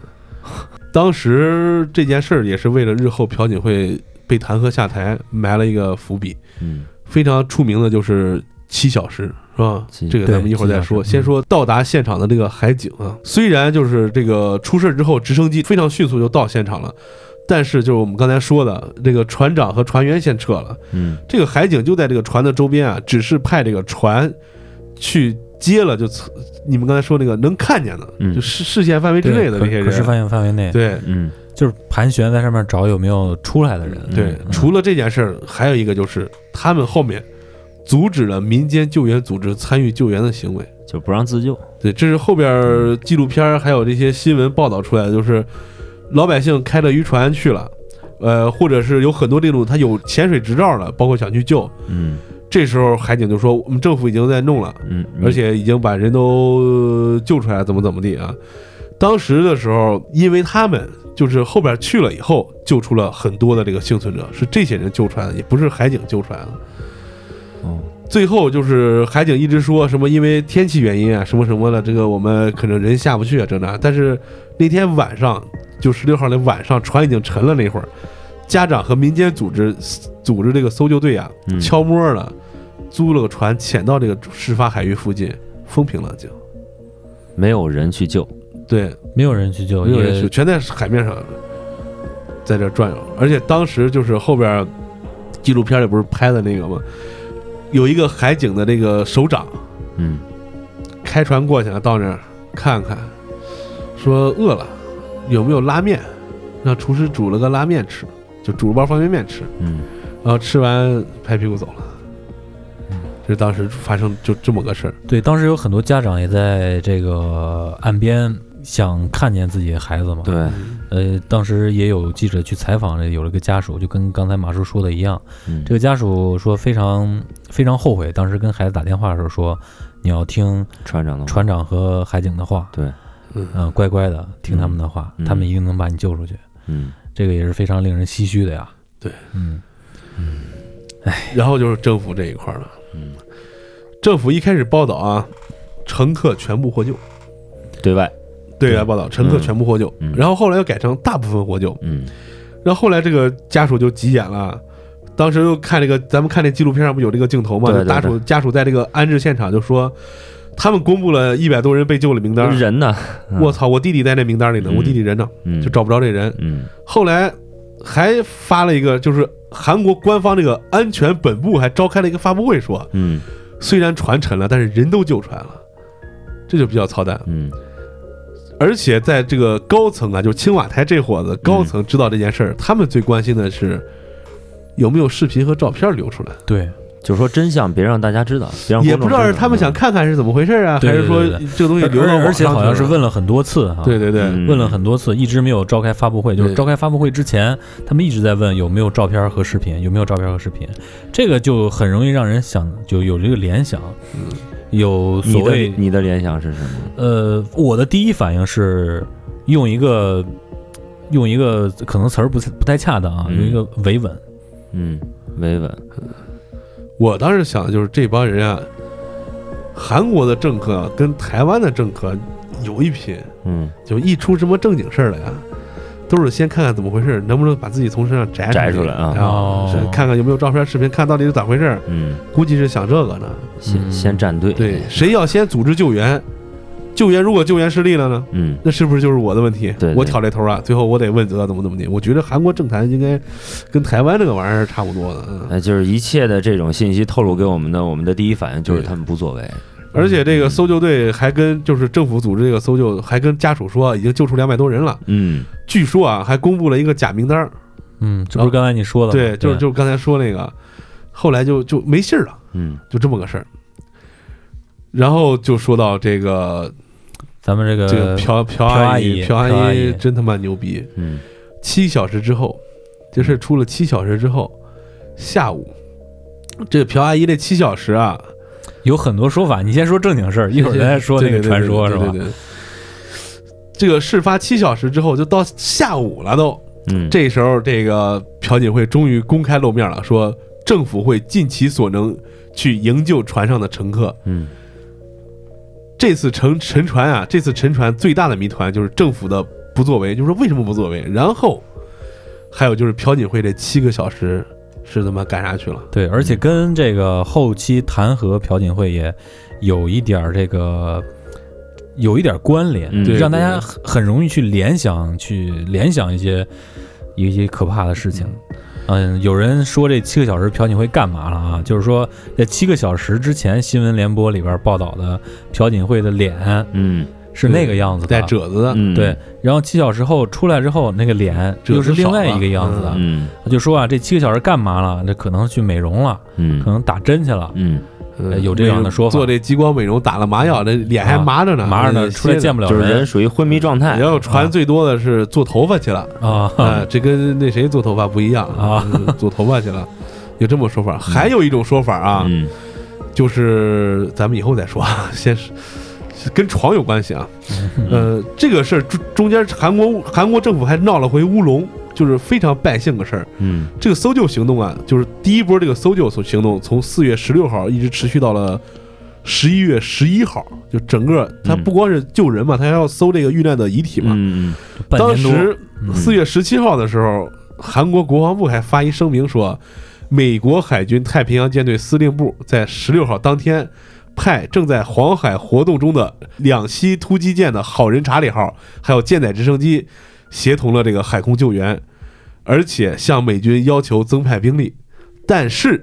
Speaker 2: 当时这件事儿也是为了日后朴槿惠被弹劾下台埋了一个伏笔。
Speaker 4: 嗯
Speaker 2: 非常出名的就是七小时，是吧
Speaker 4: 七？
Speaker 2: 这个咱们一会儿再说。
Speaker 3: 对七小时
Speaker 2: 先说到达现场的这个海景啊，虽然就是这个出事之后，直升机非常迅速就到现场了。但是就是我们刚才说的，这个船长和船员先撤了，
Speaker 4: 嗯
Speaker 2: 这个海警就在这个船的周边啊，只是派这个船去接了，就从你们刚才说那个能看见的，
Speaker 4: 嗯
Speaker 2: 就视视线范围之内的这些
Speaker 3: 可视
Speaker 2: 人，
Speaker 3: 范围范围内，
Speaker 2: 对
Speaker 4: 嗯
Speaker 3: 就是盘旋在上面找有没有出来的人，
Speaker 2: 对。
Speaker 3: 嗯
Speaker 2: 除了这件事儿，还有一个就是他们后面阻止了民间救援组织参与救援的行为。
Speaker 4: 就不让自救。
Speaker 2: 对，这是后边儿纪录片儿还有这些新闻报道出来的，就是老百姓开着渔船去了，呃，或者是有很多这种他有潜水执照的，包括想去救，
Speaker 4: 嗯
Speaker 2: 这时候海警就说我们政府已经在弄了，
Speaker 4: 嗯，
Speaker 2: 而且已经把人都救出来，怎么怎么地啊。当时的时候，因为他们就是后边去了以后，救出了很多的这个幸存者，是这些人救出来的，也不是海警救出来的。
Speaker 4: 哦
Speaker 2: 最后就是海景一直说什么因为天气原因啊，什么什么的，这个我们可能人下不去啊，这那。但是那天晚上，就十六号的晚上，船已经沉了那会儿，家长和民间组织组织这个搜救队啊，
Speaker 4: 嗯
Speaker 2: 悄摸的租了个船潜到这个事发海域附近，风平浪静。
Speaker 4: 没有人去救。
Speaker 2: 对，
Speaker 3: 没有人去救，
Speaker 2: 没有人
Speaker 3: 也
Speaker 2: 去，全在海面上，在这转悠。而且当时就是后边儿纪录片里不是拍的那个吗？有一个海警的那个首长。
Speaker 4: 嗯
Speaker 2: 开船过去了，啊到那儿看看，说饿了，有没有拉面？让厨师煮了个拉面吃，就煮了包方便面吃，
Speaker 4: 嗯
Speaker 2: 然后吃完拍屁股走了。
Speaker 4: 嗯
Speaker 2: 这是当时发生就这么个事儿，
Speaker 3: 对，当时有很多家长也在这个岸边想看见自己的孩子嘛。
Speaker 4: 对，
Speaker 3: 呃，当时也有记者去采访，有了个家属，就跟刚才马叔说的一样，
Speaker 4: 嗯
Speaker 3: 这个家属说非常非常后悔，当时跟孩子打电话的时候说，你要听
Speaker 4: 船长的话
Speaker 3: 船长和海警的话，
Speaker 4: 哦对
Speaker 2: 嗯
Speaker 3: 嗯、乖乖的听他们的话，
Speaker 4: 嗯
Speaker 3: 他们一定能把你救出去。
Speaker 4: 嗯
Speaker 3: 这个也是非常令人唏嘘的呀。
Speaker 2: 对，
Speaker 3: 嗯
Speaker 2: 然后就是政府这一块儿了。
Speaker 4: 嗯，
Speaker 2: 政府一开始报道啊，乘客全部获救，
Speaker 4: 对外
Speaker 2: 对外报道，乘客
Speaker 4: 嗯
Speaker 2: 全部获救，
Speaker 4: 嗯
Speaker 2: 然后后来又改成大部分获救，
Speaker 4: 嗯
Speaker 2: 然后后来这个家属就急眼了。当时又看这个，咱们看这纪录片上不有这个镜头嘛？
Speaker 4: 对
Speaker 2: 就家
Speaker 4: 对
Speaker 2: 属家属在这个安置现场就说，他们公布了一百多人被救了名单，
Speaker 4: 人呢？嗯
Speaker 2: 我操，我弟弟在那名单里呢，
Speaker 4: 嗯
Speaker 2: 我弟弟人呢？
Speaker 4: 嗯，
Speaker 2: 就找不着这人。
Speaker 4: 嗯
Speaker 2: 后来还发了一个，就是韩国官方这个安全本部还召开了一个发布会说，
Speaker 4: 嗯
Speaker 2: 虽然船沉了，但是人都救出来了，这就比较操蛋。
Speaker 4: 嗯
Speaker 2: 而且在这个高层啊，就是青瓦台这伙子高层知道这件
Speaker 3: 嗯
Speaker 2: 事儿，他们最关心的是有没有视频和照片流出来，
Speaker 3: 对，
Speaker 4: 就说真相，别让大家知道，别让
Speaker 2: 也
Speaker 4: 公
Speaker 2: 不
Speaker 4: 众
Speaker 2: 知道是他们
Speaker 4: 知道嗯
Speaker 2: 想看看是怎么回事啊，
Speaker 3: 嗯对
Speaker 2: 还是说
Speaker 3: 对对
Speaker 2: 这个东西流到网上
Speaker 3: 而且好像是
Speaker 2: 去了，
Speaker 3: 问了很多次哈，
Speaker 2: 对对对，
Speaker 4: 嗯
Speaker 3: 问了很多次，一直没有召开发布会。就是
Speaker 2: 对
Speaker 3: 召开发布会之前，他们一直在问有没有照片和视频，有没有照片和视频，这个就很容易让人想，就有这个联想，
Speaker 2: 嗯
Speaker 3: 有所
Speaker 4: 你的
Speaker 3: 谓
Speaker 4: 你的联想是什么？
Speaker 3: 呃，我的第一反应是用一个用一个可能词儿不太不太恰当啊，
Speaker 4: 嗯
Speaker 3: 用一个维稳，
Speaker 4: 嗯，维稳，
Speaker 2: 我当时想的就是这帮人啊，韩国的政客啊跟台湾的政客有一拼，
Speaker 4: 嗯，
Speaker 2: 就一出什么正经事儿了呀，都是先看看怎么回事，能不能把自己从身上摘
Speaker 4: 摘
Speaker 2: 出
Speaker 4: 出来啊
Speaker 3: 哦
Speaker 2: 是看看有没有照片、视频，看到底是咋回事儿。
Speaker 4: 嗯，
Speaker 2: 估计是想这个呢。
Speaker 4: 先
Speaker 3: 嗯
Speaker 4: 先站队，
Speaker 2: 对，，谁要先组织救援，救援如果救援失利了呢，
Speaker 4: 嗯
Speaker 2: 那是不是就是我的问题？
Speaker 4: 对对
Speaker 2: 我挑这头啊，最后我得问责怎么怎么地。我觉得韩国政坛应该跟台湾这个玩意儿差不多的，嗯。
Speaker 4: 那就是一切的这种信息透露给我们的，我们的第一反应就是
Speaker 2: 对
Speaker 4: 他们不作为。
Speaker 2: 而且这个搜救队还跟就是政府组织这个搜救，还跟家属说已经救出两百多人了。
Speaker 4: 嗯
Speaker 2: 据说啊，还公布了一个假名单儿，
Speaker 3: 嗯，这不是刚才你说的
Speaker 2: 哦
Speaker 3: 吗？
Speaker 2: 对，就是就是刚才说那个，后来就就没信儿了，
Speaker 4: 嗯
Speaker 2: 就这么个事儿。然后就说到这个
Speaker 3: 咱们这
Speaker 2: 这个
Speaker 3: 个
Speaker 2: 朴朴
Speaker 3: 朴
Speaker 2: 阿
Speaker 3: 阿
Speaker 2: 姨，
Speaker 3: 姨
Speaker 2: 朴
Speaker 3: 朴
Speaker 2: 阿
Speaker 3: 阿
Speaker 2: 姨
Speaker 3: 姨
Speaker 2: 真他妈牛逼！
Speaker 4: 嗯，
Speaker 2: 七小时之后，这事出了七小时之后，下午，这个朴阿姨这七小时啊，
Speaker 3: 有很多说法，你先说正经事儿，一会儿再说那
Speaker 2: 对
Speaker 3: 个传说是
Speaker 2: 对对
Speaker 3: 吧
Speaker 2: 对？对对这个事发七小时之后，就到下午了都。
Speaker 4: 嗯，
Speaker 2: 这时候，这个朴槿惠终于公开露面了，说政府会尽其所能去营救船上的乘客。
Speaker 4: 嗯
Speaker 2: 这次沉沉船啊，这次沉船最大的谜团就是政府的不作为，就是说为什么不作为？然后还有就是朴槿惠这七个小时是他妈干啥去了？
Speaker 3: 对，而且
Speaker 2: 嗯
Speaker 3: 跟这个后期弹劾朴槿惠也有一点儿这个有一点儿关联，
Speaker 4: 嗯
Speaker 2: 对
Speaker 3: 让大
Speaker 2: 对
Speaker 3: 家很很容易去联想，去联想一些一些可怕的事情。嗯，有人说这七个小时朴槿惠干嘛了啊？就是说在七个小时之前，新闻联播里边报道的朴槿惠的脸
Speaker 4: 嗯
Speaker 3: 是那个样子的啊
Speaker 2: 带，褶子的，
Speaker 4: 嗯，
Speaker 3: 对，然后七小时后出来之后，那个脸
Speaker 2: 褶子
Speaker 3: 又是另外
Speaker 2: 少了
Speaker 3: 一个样子的。
Speaker 4: 嗯
Speaker 3: 就说啊，这七个小时干嘛了？这可能去美容了。
Speaker 4: 嗯
Speaker 3: 可能打针去了，
Speaker 4: 嗯，
Speaker 2: 嗯
Speaker 3: 有这样的说法
Speaker 2: 做这激光美容打了麻药，这脸还
Speaker 3: 啊
Speaker 2: 麻着呢，
Speaker 3: 马上呢出来见
Speaker 2: 不
Speaker 3: 不了
Speaker 4: 就是人
Speaker 3: 人
Speaker 4: 属于昏迷状态
Speaker 2: 然。后传最多的是做头发去了，
Speaker 3: 啊
Speaker 2: 啊，这跟那谁做头发不一样
Speaker 3: 啊，
Speaker 2: 嗯 做头发去了。有这么说法，还有一种说法啊，
Speaker 4: 嗯
Speaker 2: 就是咱们以后再说，啊，先是跟床有关系啊。
Speaker 4: 嗯
Speaker 2: 呃，这个事儿中中间韩国韩国政府还闹了回乌龙，就是非常败兴的事儿。
Speaker 4: 嗯
Speaker 2: 这个搜救行动啊，就是第一波这个搜救所行动，从四月十六号一直持续到了十一月十一号，就整个它
Speaker 4: 嗯
Speaker 2: 不光是救人嘛，它还要搜这个遇难的遗体嘛。
Speaker 4: 嗯
Speaker 3: 半
Speaker 2: 当
Speaker 3: 年多
Speaker 2: 时
Speaker 3: 嗯
Speaker 2: 四月十七号的时候，韩国国防部还发一声明说，美国海军太平洋舰队司令部在十六号当天派正在黄海活动中的两栖突击舰的好人查理号，还有舰载直升机，协同了这个海空救援，而且向美军要求增派兵力。但是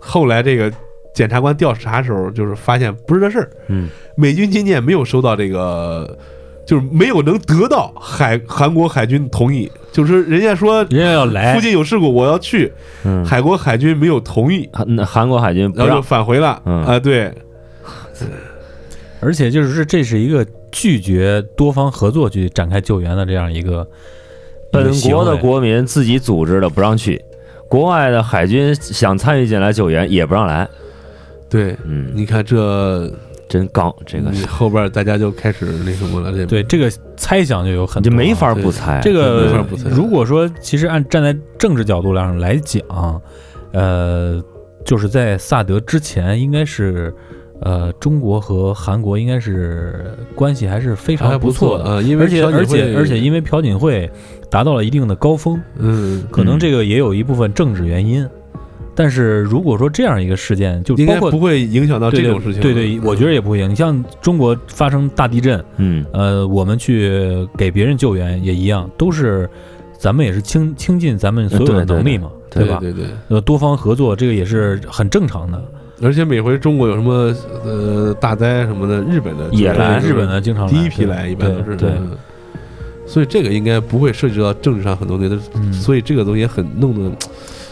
Speaker 2: 后来这个检察官调查时候，就是发现不是这事儿，
Speaker 4: 嗯
Speaker 2: 美军今年没有收到这个，就是没有能得到海韩国海军同意，就是人家说
Speaker 3: 人家要来
Speaker 2: 附，近有事故，我要去，
Speaker 4: 嗯，
Speaker 2: 海国海军没有同意，
Speaker 4: 韩那韩国海军不
Speaker 2: 然后就
Speaker 4: 让，
Speaker 2: 返回了。
Speaker 4: 嗯
Speaker 2: 啊，对，
Speaker 3: 而且就是这是一个拒绝多方合作去展开救援的这样一个
Speaker 4: 本国
Speaker 3: 一
Speaker 4: 的，
Speaker 3: 个行为
Speaker 4: 国民自己组织的不让去，国外的海军想参与进来救援也不让来。
Speaker 2: 对，
Speaker 4: 嗯，
Speaker 2: 你看这
Speaker 4: 真刚，这
Speaker 1: 嗯
Speaker 4: 个是
Speaker 2: 后边大家就开始那什么了，这
Speaker 3: 对这个猜想就有很
Speaker 4: 你
Speaker 3: 多啊
Speaker 4: 没法不猜。嗯
Speaker 3: 这
Speaker 2: 没法
Speaker 3: 个
Speaker 2: 不猜
Speaker 3: 如果说其实按站在政治角度上来讲，呃，就是在萨德之前应该是呃，中国和韩国应该是关系还是非
Speaker 2: 还
Speaker 3: 常
Speaker 2: 不
Speaker 3: 错的，
Speaker 2: 啊，因为
Speaker 3: 而且
Speaker 2: 朴槿惠
Speaker 3: 而且而且因为朴槿惠达到了一定的高峰，
Speaker 2: 嗯，
Speaker 3: 可能
Speaker 4: 嗯
Speaker 3: 这个也有一部分政治原因。但是如果说这样一个事件，就
Speaker 2: 应
Speaker 3: 包
Speaker 2: 该
Speaker 3: 括啊
Speaker 2: 不会影响到
Speaker 3: 对
Speaker 2: 这种
Speaker 3: 对
Speaker 2: 事情。
Speaker 3: 对对，我觉得也不会影响。你像中国发生大地震，
Speaker 4: 嗯
Speaker 3: 呃，我们去给别人救援也一样，都是咱们也是倾倾尽咱们所有的
Speaker 4: 对对
Speaker 3: 能力嘛，
Speaker 4: 对
Speaker 3: 吧？
Speaker 2: 对对对，
Speaker 3: 呃，多方合作这个也是很正常的。
Speaker 2: 而且每回中国有什么呃大灾什么的，日本的
Speaker 4: 也来
Speaker 3: 对日本呢经常来
Speaker 2: 第一批
Speaker 3: 对
Speaker 2: 来，一般都是
Speaker 3: 对，
Speaker 2: 嗯所以这个应该不会涉及到政治上很多东西，
Speaker 3: 嗯，
Speaker 2: 所以这个东西也很弄得，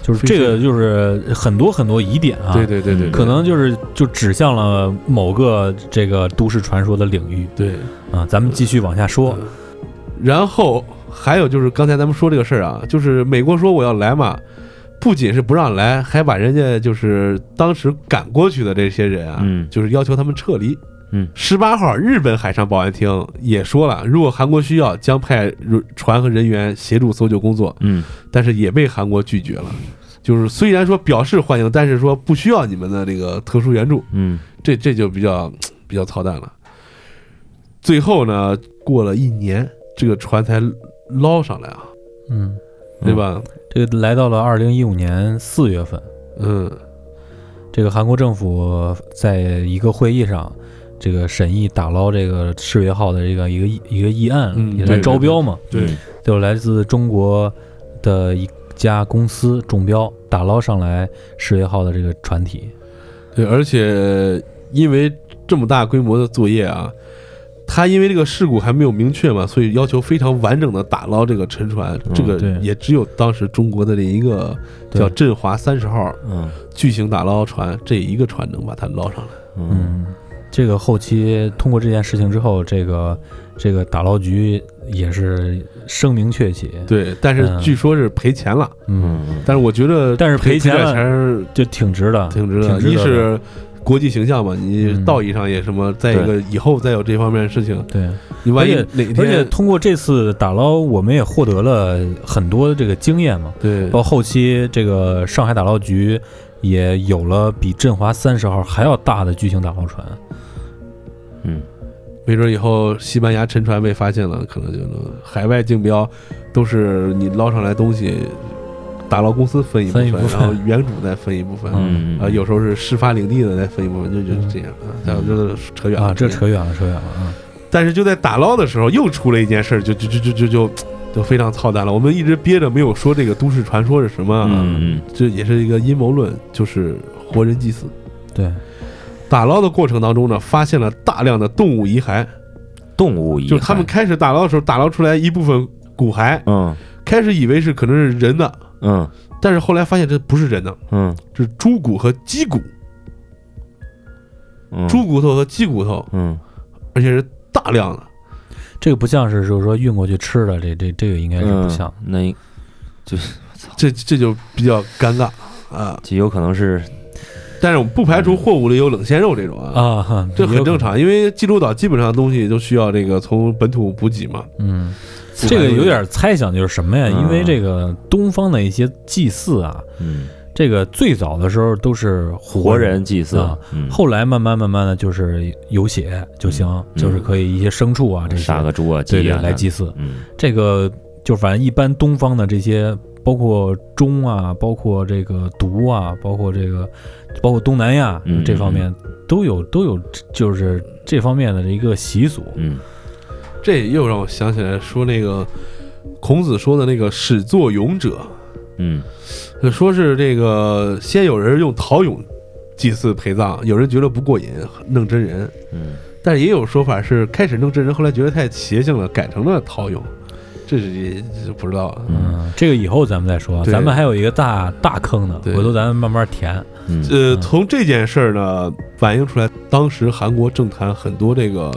Speaker 3: 就是这个就是很多很多疑点啊，
Speaker 2: 对对对对，
Speaker 3: 可能就是就指向了某个这个都市传说的领域
Speaker 2: 对。
Speaker 3: 啊。咱们继续往下说，
Speaker 2: 然后还有就是刚才咱们说这个事儿啊，就是美国说我要来嘛，不仅是不让来，还把人家就是当时赶过去的这些人啊，
Speaker 4: 嗯
Speaker 2: 就是要求他们撤离。
Speaker 4: 嗯
Speaker 2: 十八号，日本海上保安厅也说了，如果韩国需要，将派船和人员协助搜救工作，
Speaker 4: 嗯，
Speaker 2: 但是也被韩国拒绝了。就是虽然说表示欢迎，但是说不需要你们的这个特殊援助。
Speaker 4: 嗯
Speaker 2: 这这就比较比较操蛋了。最后呢，过了一年，这个船才捞上来啊，
Speaker 3: 嗯，
Speaker 2: 对吧？
Speaker 3: 这个来到了二零一五年四月份，
Speaker 2: 嗯
Speaker 3: 这个韩国政府在一个会议上，这个审议打捞这个世越号的这个一个议一个议案，
Speaker 2: 嗯
Speaker 3: 也
Speaker 2: 对
Speaker 3: 在
Speaker 2: 对
Speaker 3: 招标嘛，
Speaker 2: 对
Speaker 4: 嗯
Speaker 3: 就来自中国的一家公司中标打捞上来世越号的这个船体。
Speaker 2: 对，而且因为这么大规模的作业啊，他因为这个事故还没有明确嘛，所以要求非常完整的打捞这个沉船。
Speaker 4: 嗯
Speaker 2: 这个
Speaker 3: 对
Speaker 2: 也只有当时中国的这一个
Speaker 3: 对
Speaker 2: 叫“振华三十号
Speaker 4: 嗯”
Speaker 2: 巨型打捞船，这一个船能把它捞上来。
Speaker 4: 嗯
Speaker 3: 嗯，这个后期通过这件事情之后，这个这个打捞局也是声名鹊起。
Speaker 2: 对，但是
Speaker 3: 嗯
Speaker 2: 据说是赔钱了，
Speaker 3: 嗯，
Speaker 4: 嗯
Speaker 2: 但是我觉得，
Speaker 3: 但是赔钱了
Speaker 2: 还是
Speaker 3: 就挺值的，
Speaker 2: 挺值
Speaker 3: 挺
Speaker 2: 得。
Speaker 3: 值得
Speaker 2: 一
Speaker 3: 的
Speaker 2: 是国际形象嘛，你
Speaker 3: 嗯
Speaker 2: 道义上也什么，再一个以后再有这方面的事情，
Speaker 3: 对。
Speaker 2: 你万一
Speaker 3: 而
Speaker 2: 哪
Speaker 3: 而且
Speaker 2: 天
Speaker 3: 通过这次打捞，我们也获得了很多这个经验嘛，
Speaker 2: 对
Speaker 3: 包括后期这个上海打捞局也有了比振华三十号还要大的巨型打捞船。
Speaker 4: 嗯
Speaker 2: 没准以后西班牙沉船被发现了，可能就能海外竞标，都是你捞上来东西，打捞公司分一部
Speaker 3: 分一
Speaker 2: 分，
Speaker 3: 部分
Speaker 2: 然后原主再分一部分。
Speaker 4: 嗯
Speaker 2: 啊，有时候是事发领地的再分一部分，就就
Speaker 3: 嗯
Speaker 2: 这样啊，然后就是扯远
Speaker 3: 啊，
Speaker 2: 了
Speaker 3: 这。扯远了，扯远了啊！
Speaker 2: 但是就在打捞的时候，又出了一件事儿，就就就就就就就非常操蛋了。我们一直憋着没有说这个都市传说是什么啊，
Speaker 4: 嗯
Speaker 2: 这也是一个阴谋论，就是活人祭祀。
Speaker 3: 对，
Speaker 2: 打捞的过程当中呢，发现了大量的动物遗骸，
Speaker 4: 嗯，动物遗
Speaker 2: 就是他们
Speaker 4: 骸
Speaker 2: 开始打捞的时候，打捞出来一部分骨骸，
Speaker 4: 嗯
Speaker 2: 开始以为是可能是人的，
Speaker 4: 嗯
Speaker 2: 但是后来发现这不是人的，
Speaker 4: 嗯
Speaker 2: 这是猪骨和鸡骨，
Speaker 4: 嗯，
Speaker 2: 猪骨头和鸡骨头，
Speaker 4: 嗯
Speaker 2: 而且是大量的。
Speaker 3: 这个不像是就是说运过去吃的，这这这个应该是不像。
Speaker 4: 嗯那应
Speaker 2: 这这就比较尴尬啊！
Speaker 4: 就有可能是
Speaker 2: 但是我们不排除货物里有冷鲜肉这种啊，
Speaker 3: 啊，哈
Speaker 2: 这很正。
Speaker 3: 也有可能
Speaker 2: 常，因为济州岛基本上东西都需要这个从本土补给嘛。
Speaker 3: 嗯，这个有点猜想，就是什么呀？
Speaker 4: 嗯
Speaker 3: 因为这个东方的一些祭祀啊，
Speaker 4: 嗯
Speaker 3: 这个最早的时候都是
Speaker 4: 活
Speaker 3: 活
Speaker 4: 人祭祀
Speaker 3: 啊，
Speaker 4: 嗯
Speaker 3: 后来慢慢慢慢的就是有血就行，就是可以一些牲畜啊这些
Speaker 4: 嗯杀个猪啊，
Speaker 3: 对
Speaker 4: 鸡
Speaker 3: 对
Speaker 4: 啊
Speaker 3: 来祭祀。
Speaker 4: 嗯
Speaker 3: 这个就反正一般东方的这些，包括钟啊，包括这个毒啊，包括这个，包括东南亚
Speaker 4: 嗯
Speaker 3: 这方面都有都有，就是这方面的一个习俗。
Speaker 4: 嗯
Speaker 2: 这又让我想起来说那个孔子说的那个始作俑者，
Speaker 4: 嗯
Speaker 2: 呃说是这个先有人用陶俑祭祀陪葬，有人觉得不过瘾，弄真人。
Speaker 4: 嗯
Speaker 2: 但是也有说法是开始弄真人，后来觉得太邪性了，改成了陶俑。这是也这不知道啊了。
Speaker 3: 嗯，这个以后咱们再说，啊
Speaker 2: 对
Speaker 3: 咱们还有一个大大坑呢，
Speaker 2: 对
Speaker 3: 回头咱们慢慢填。
Speaker 4: 嗯
Speaker 2: 呃，
Speaker 3: 嗯
Speaker 2: 从这件事儿呢，反映出来当时韩国政坛很多这个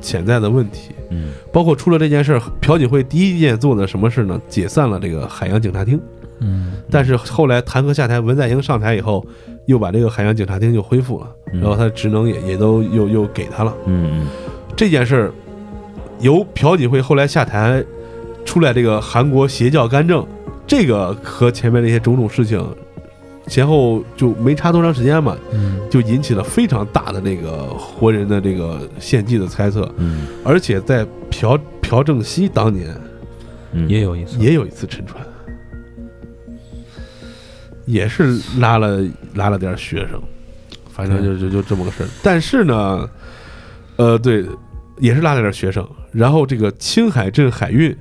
Speaker 2: 潜在的问题，
Speaker 4: 嗯
Speaker 2: 包括出了这件事儿，朴槿惠第一件做的什么事呢？解散了这个海洋警察厅。
Speaker 3: 嗯
Speaker 2: 但是后来弹劾下台，文在寅上台以后，又把这个海洋警察厅就恢复了，
Speaker 4: 嗯
Speaker 2: 然后他的职能也也都又又给他了。
Speaker 4: 嗯
Speaker 2: 这件事儿由朴槿惠后来下台出来，这个韩国邪教干政，这个和前面那些种种事情前后就没差多长时间嘛，
Speaker 3: 嗯
Speaker 2: 就引起了非常大的这个活人的这个献祭的猜测，
Speaker 4: 嗯
Speaker 2: 而且在朴朴正熙当年
Speaker 4: 嗯，
Speaker 3: 也有一次，
Speaker 2: 也有一次沉船，也是拉了拉了点学生，反正就就就这么个事儿。但是呢，呃，对，也是拉了点学生。然后这个青海镇海运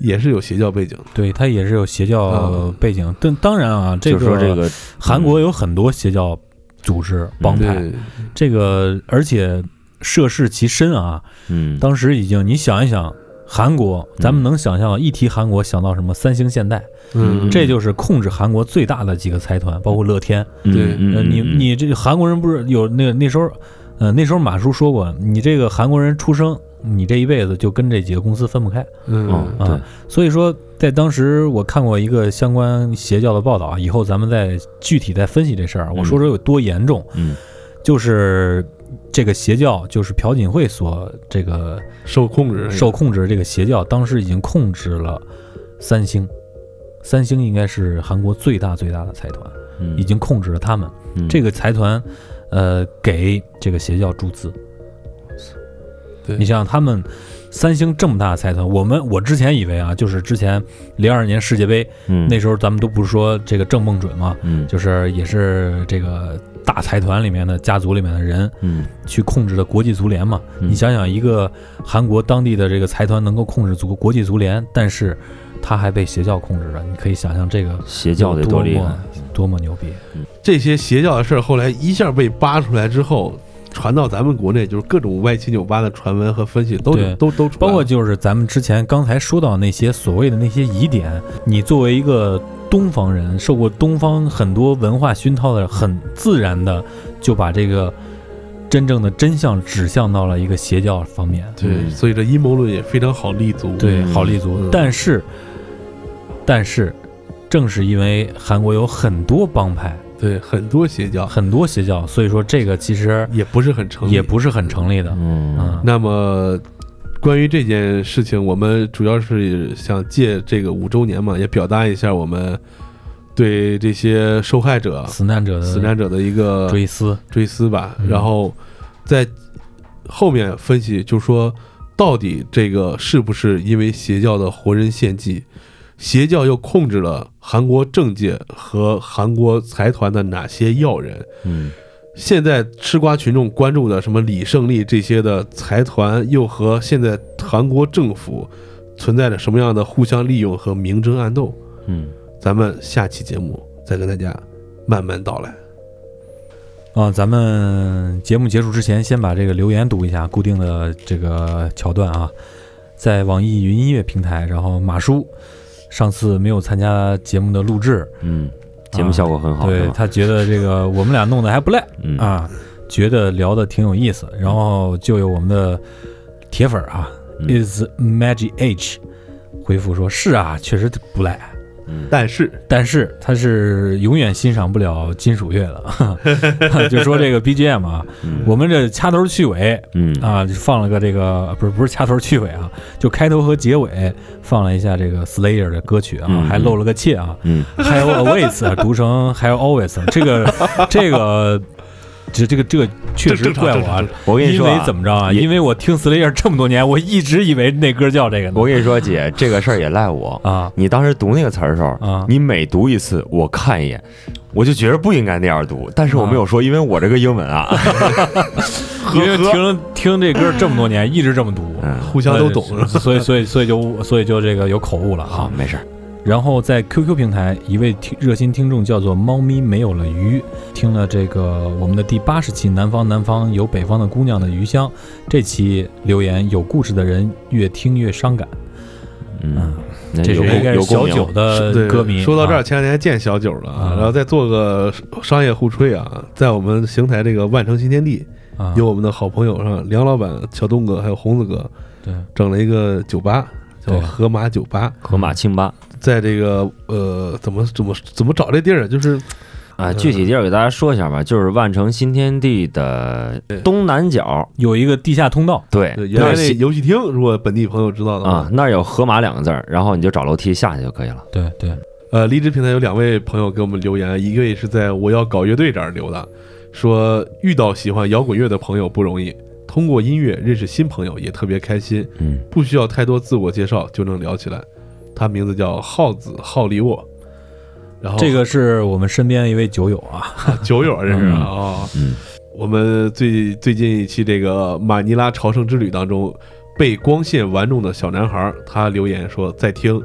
Speaker 2: 也是有邪教背景的，
Speaker 3: 对他也是有邪教
Speaker 2: 嗯
Speaker 3: 背景，但当然啊，这
Speaker 4: 就
Speaker 3: 个
Speaker 4: 说这个嗯
Speaker 3: 韩国有很多邪教组织帮派，
Speaker 2: 对，
Speaker 3: 这个而且涉世其深啊，
Speaker 4: 嗯，
Speaker 3: 当时已经你想一想。韩国，咱们能想象一提韩国想到什么？三星现代，
Speaker 2: 嗯，
Speaker 3: 这就是控制韩国最大的几个财团，包括乐天。
Speaker 4: 嗯
Speaker 2: 对
Speaker 4: 嗯
Speaker 3: 呃，
Speaker 4: 嗯
Speaker 3: 你
Speaker 4: 嗯
Speaker 3: 你这韩国人不是有那那时候，呃，那时候马叔说过，你这个韩国人出生，你这一辈子就跟这几个公司分不开。
Speaker 4: 哦
Speaker 2: 嗯，
Speaker 3: 啊
Speaker 4: 对，
Speaker 3: 所以说，在当时我看过一个相关邪教的报道啊，以后咱们再具体再分析这事儿啊，
Speaker 4: 嗯
Speaker 3: 我说说有多严重，
Speaker 4: 嗯
Speaker 3: 就是这个邪教，就是朴槿惠所这个
Speaker 2: 受控
Speaker 4: 哎
Speaker 2: 制，
Speaker 3: 受控制的这个邪教，当时已经控制了三星，三星应该是韩国最大最大的财团，
Speaker 4: 嗯
Speaker 3: 已经控制了他们。
Speaker 4: 嗯
Speaker 3: 这个财团，呃，给这个邪教注资。
Speaker 2: 对
Speaker 3: 你想想他们三星这么大的财团，我们我之前以为啊，就是之前零二年世界杯、
Speaker 4: 嗯
Speaker 3: 那时候，咱们都不是说这个郑梦准嘛，
Speaker 4: 嗯
Speaker 3: 就是也是这个大财团里面的家族里面的人
Speaker 4: 嗯
Speaker 3: 去控制的国际足联嘛。
Speaker 4: 嗯
Speaker 3: 你想想，一个韩国当地的这个财团能够控制足国际足联，但是他还被邪教控制着，你可以想象这个
Speaker 4: 邪教得多厉害，
Speaker 3: 多么牛逼。
Speaker 2: 这些邪教的事儿，后来一下被扒出来之后。传到咱们国内，就是各种歪七扭八的传闻和分析都
Speaker 3: 对
Speaker 2: 都都出来
Speaker 3: 包
Speaker 2: 了
Speaker 3: 括就是咱们之前刚才说到那些所谓的那些疑点，你作为一个东方人，受过东方很多文化熏陶的，很自然的就把这个真正的真相指向到了一个邪教方面，
Speaker 2: 对，
Speaker 4: 嗯
Speaker 2: 所以这阴谋论也非常好立足。
Speaker 3: 对，
Speaker 4: 嗯
Speaker 3: 好立足。
Speaker 2: 嗯
Speaker 3: 但是，但是，正是因为韩国有很多帮派、
Speaker 2: 对，很多邪教
Speaker 3: 很多邪教，所以说这个其实
Speaker 2: 也不是很成立，
Speaker 3: 也不是很成立的。
Speaker 4: 嗯
Speaker 3: 嗯，
Speaker 2: 那么，关于这件事情，我们主要是想借这个五周年嘛，也表达一下我们对这些受害者、
Speaker 3: 死难者的
Speaker 2: 死难者的一个
Speaker 3: 追思，
Speaker 2: 追思吧。
Speaker 3: 嗯
Speaker 2: 然后在后面分析，就说到底这个是不是因为邪教的活人献祭，邪教又控制了韩国政界和韩国财团的哪些要人？
Speaker 4: 嗯
Speaker 2: 现在吃瓜群众关注的什么李胜利这些的财团，又和现在韩国政府存在着什么样的互相利用和明争暗斗？
Speaker 4: 嗯
Speaker 2: 咱们下期节目再跟大家慢慢道来。
Speaker 3: 啊，咱们节目结束之前，先把这个留言读一下，固定的这个桥段啊，在网易云音乐平台，然后马叔上次没有参加节目的录制，
Speaker 4: 嗯，节目效果很好，
Speaker 3: 对
Speaker 4: 是吧
Speaker 3: 他觉得这个我们俩弄得还不赖
Speaker 4: 嗯
Speaker 3: 啊，觉得聊的挺有意思，然后就有我们的铁粉儿啊、
Speaker 4: 嗯
Speaker 3: i s Magic H 回复说：“是啊，确实不赖。”
Speaker 4: 嗯
Speaker 2: 但是，
Speaker 3: 但是他是永远欣赏不了金属乐的， 就说这个 BGM 啊，
Speaker 4: 嗯
Speaker 3: 我们这掐头去尾
Speaker 4: 嗯
Speaker 3: 啊，就放了个这个不是不是掐头去尾啊，就开头和结尾放了一下这个 Slayer 的歌曲啊
Speaker 4: 嗯，
Speaker 3: 还漏了个切啊
Speaker 4: 嗯
Speaker 3: ，Have Always 啊 读成 Have Always，这啊个这个这这个这个确实
Speaker 2: 正常
Speaker 3: 怪我啊
Speaker 2: 正，
Speaker 4: 我跟你
Speaker 3: 因
Speaker 4: 说啊
Speaker 3: 为怎么着啊？
Speaker 4: 也
Speaker 3: 因为我听 Slayer 这么多年，我一直以为那歌叫这个呢
Speaker 4: 我跟你说，姐，这个事儿也赖我。
Speaker 3: 啊
Speaker 4: 你当时读那个词儿的时候，
Speaker 3: 啊
Speaker 4: 你每读一次，我看一眼，我就觉得不应该那样读，但是我
Speaker 3: 啊
Speaker 4: 没有说，因为我这个英文啊，
Speaker 3: 因为听听这歌这么多年，一直这么读。
Speaker 4: 嗯，
Speaker 2: 互相都懂，
Speaker 3: 呃所以所以所以就所以就这个有口误了啊
Speaker 4: 好，。没事儿，
Speaker 3: 然后在 QQ 平台，一位听热心听众叫做“猫咪没有了鱼”，听了这个我们的第八十期《南方南方有北方的姑娘的余香》这期留言，有故事的人越听越伤感。
Speaker 4: 嗯，那
Speaker 3: 这是
Speaker 4: 有
Speaker 3: 应该
Speaker 4: 共
Speaker 3: 是
Speaker 4: 有共
Speaker 3: 小
Speaker 4: 鸣
Speaker 3: 九的
Speaker 2: 对
Speaker 3: 歌迷。
Speaker 2: 说到这儿，
Speaker 3: 啊，
Speaker 2: 前两天见小九了，啊
Speaker 3: 啊
Speaker 2: 然后再做个商业互吹啊，在我们邢台这个万城新天地，
Speaker 3: 啊
Speaker 2: 有我们的好朋友上梁老板、小东哥还有红子哥
Speaker 3: 对
Speaker 2: 整了一个酒吧，叫
Speaker 3: 对
Speaker 2: 河马酒吧。
Speaker 4: 河马清吧
Speaker 2: 在这个呃，怎么怎么怎么找这地儿啊？就是
Speaker 4: 啊，具体地儿给大家说一下吧，就是万城新天地的东南角，
Speaker 3: 有一个地下通道，
Speaker 4: 对，
Speaker 2: 对原
Speaker 4: 那
Speaker 2: 来
Speaker 4: 儿
Speaker 2: 那
Speaker 4: 西
Speaker 2: 游戏厅，如果本地朋友知道的话
Speaker 3: 啊
Speaker 4: 啊，，那儿有河马两个字儿，然后你就找楼梯下去就可以了。
Speaker 3: 对对，
Speaker 2: 呃，荔枝平台有两位朋友给我们留言，一位是在我要搞乐队这儿留的，说遇到喜欢摇滚乐的朋友不容易，通过音乐认识新朋友也特别开心，
Speaker 4: 嗯，
Speaker 2: 不需要太多自我介绍就能聊起来。他名字叫浩子浩利沃，然后
Speaker 3: 这个是我们身边一位酒友啊，
Speaker 2: 酒友啊这是啊
Speaker 4: 嗯
Speaker 2: 哦
Speaker 4: 嗯，
Speaker 2: 我们最最近一期这个马尼拉朝圣之旅当中，被光线玩弄的小男孩儿，他留言说在听。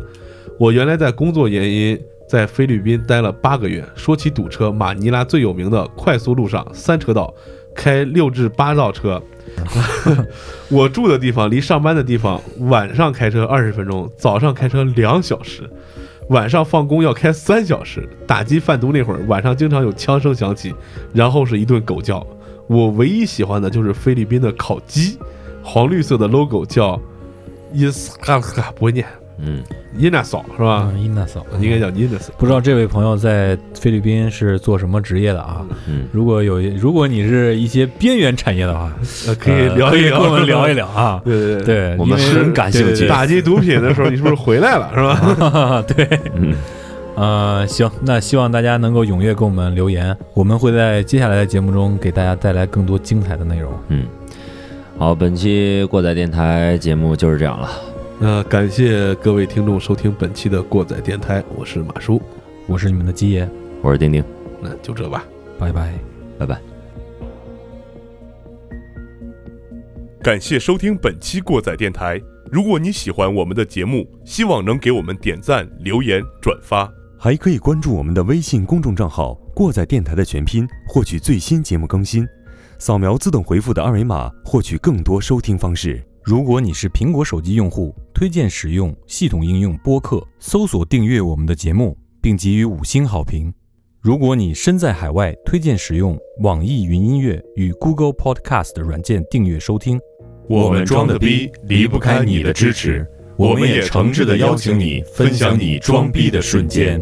Speaker 2: 我原来在工作原因在菲律宾待了八个月。说起堵车，马尼拉最有名的快速路上三车道，开六至八道车。我住的地方离上班的地方，晚上开车二十分钟，早上开车两小时，晚上放工要开三小时。打击贩毒那会儿，晚上经常有枪声响起，然后是一顿狗叫。我唯一喜欢的就是菲律宾的烤鸡，黄绿色的 logo 叫伊斯卡斯卡，不会念
Speaker 4: 嗯，
Speaker 2: 伊纳嫂是吧？
Speaker 3: 伊娜嫂，
Speaker 2: 应该叫伊纳嫂。
Speaker 3: 不知道这位朋友在菲律宾是做什么职业的啊？
Speaker 4: 嗯
Speaker 3: 如果有，如果你是一些边缘产业的话，
Speaker 2: 呃，可以
Speaker 3: 呃
Speaker 2: 聊
Speaker 3: 可
Speaker 2: 一
Speaker 3: 以
Speaker 2: 聊，
Speaker 3: 跟我们聊一
Speaker 2: 聊。
Speaker 3: 聊 啊。
Speaker 2: 对对对，
Speaker 3: 对，
Speaker 4: 我们
Speaker 3: 因为
Speaker 4: 很感兴 趣
Speaker 2: 打击毒品的时候，你是不是回来了是吧？
Speaker 3: 对，
Speaker 4: 嗯，
Speaker 3: 呃，行，那希望大家能够踊跃给我们留言，我们会在接下来的节目中给大家带来更多精彩的内容。
Speaker 4: 嗯，好，本期过载电台节目就是这样了。
Speaker 2: 那感谢各位听众收听本期的过载电台，我是马叔，
Speaker 3: 我是你们的鸡爷，
Speaker 4: 我是丁丁，
Speaker 2: 那就这吧。
Speaker 3: 拜拜。
Speaker 4: 拜拜。
Speaker 5: 感谢收听本期过载电台。如果你喜欢我们的节目，希望能给我们点赞、留言、转发。
Speaker 1: 还可以关注我们的微信公众账号“过载电台”的全拼，获取最新节目更新。扫描自动回复的二维码，获取更多收听方式。
Speaker 6: 如果你是苹果手机用户，推荐使用系统应用播客，搜索订阅我们的节目，并给予五星好评。如果你身在海外，推荐使用网易云音乐与 Google Podcast 的软件订阅收听。
Speaker 5: 我们装的逼离不开你的支持，我们也诚挚地邀请你分享你装逼的瞬间。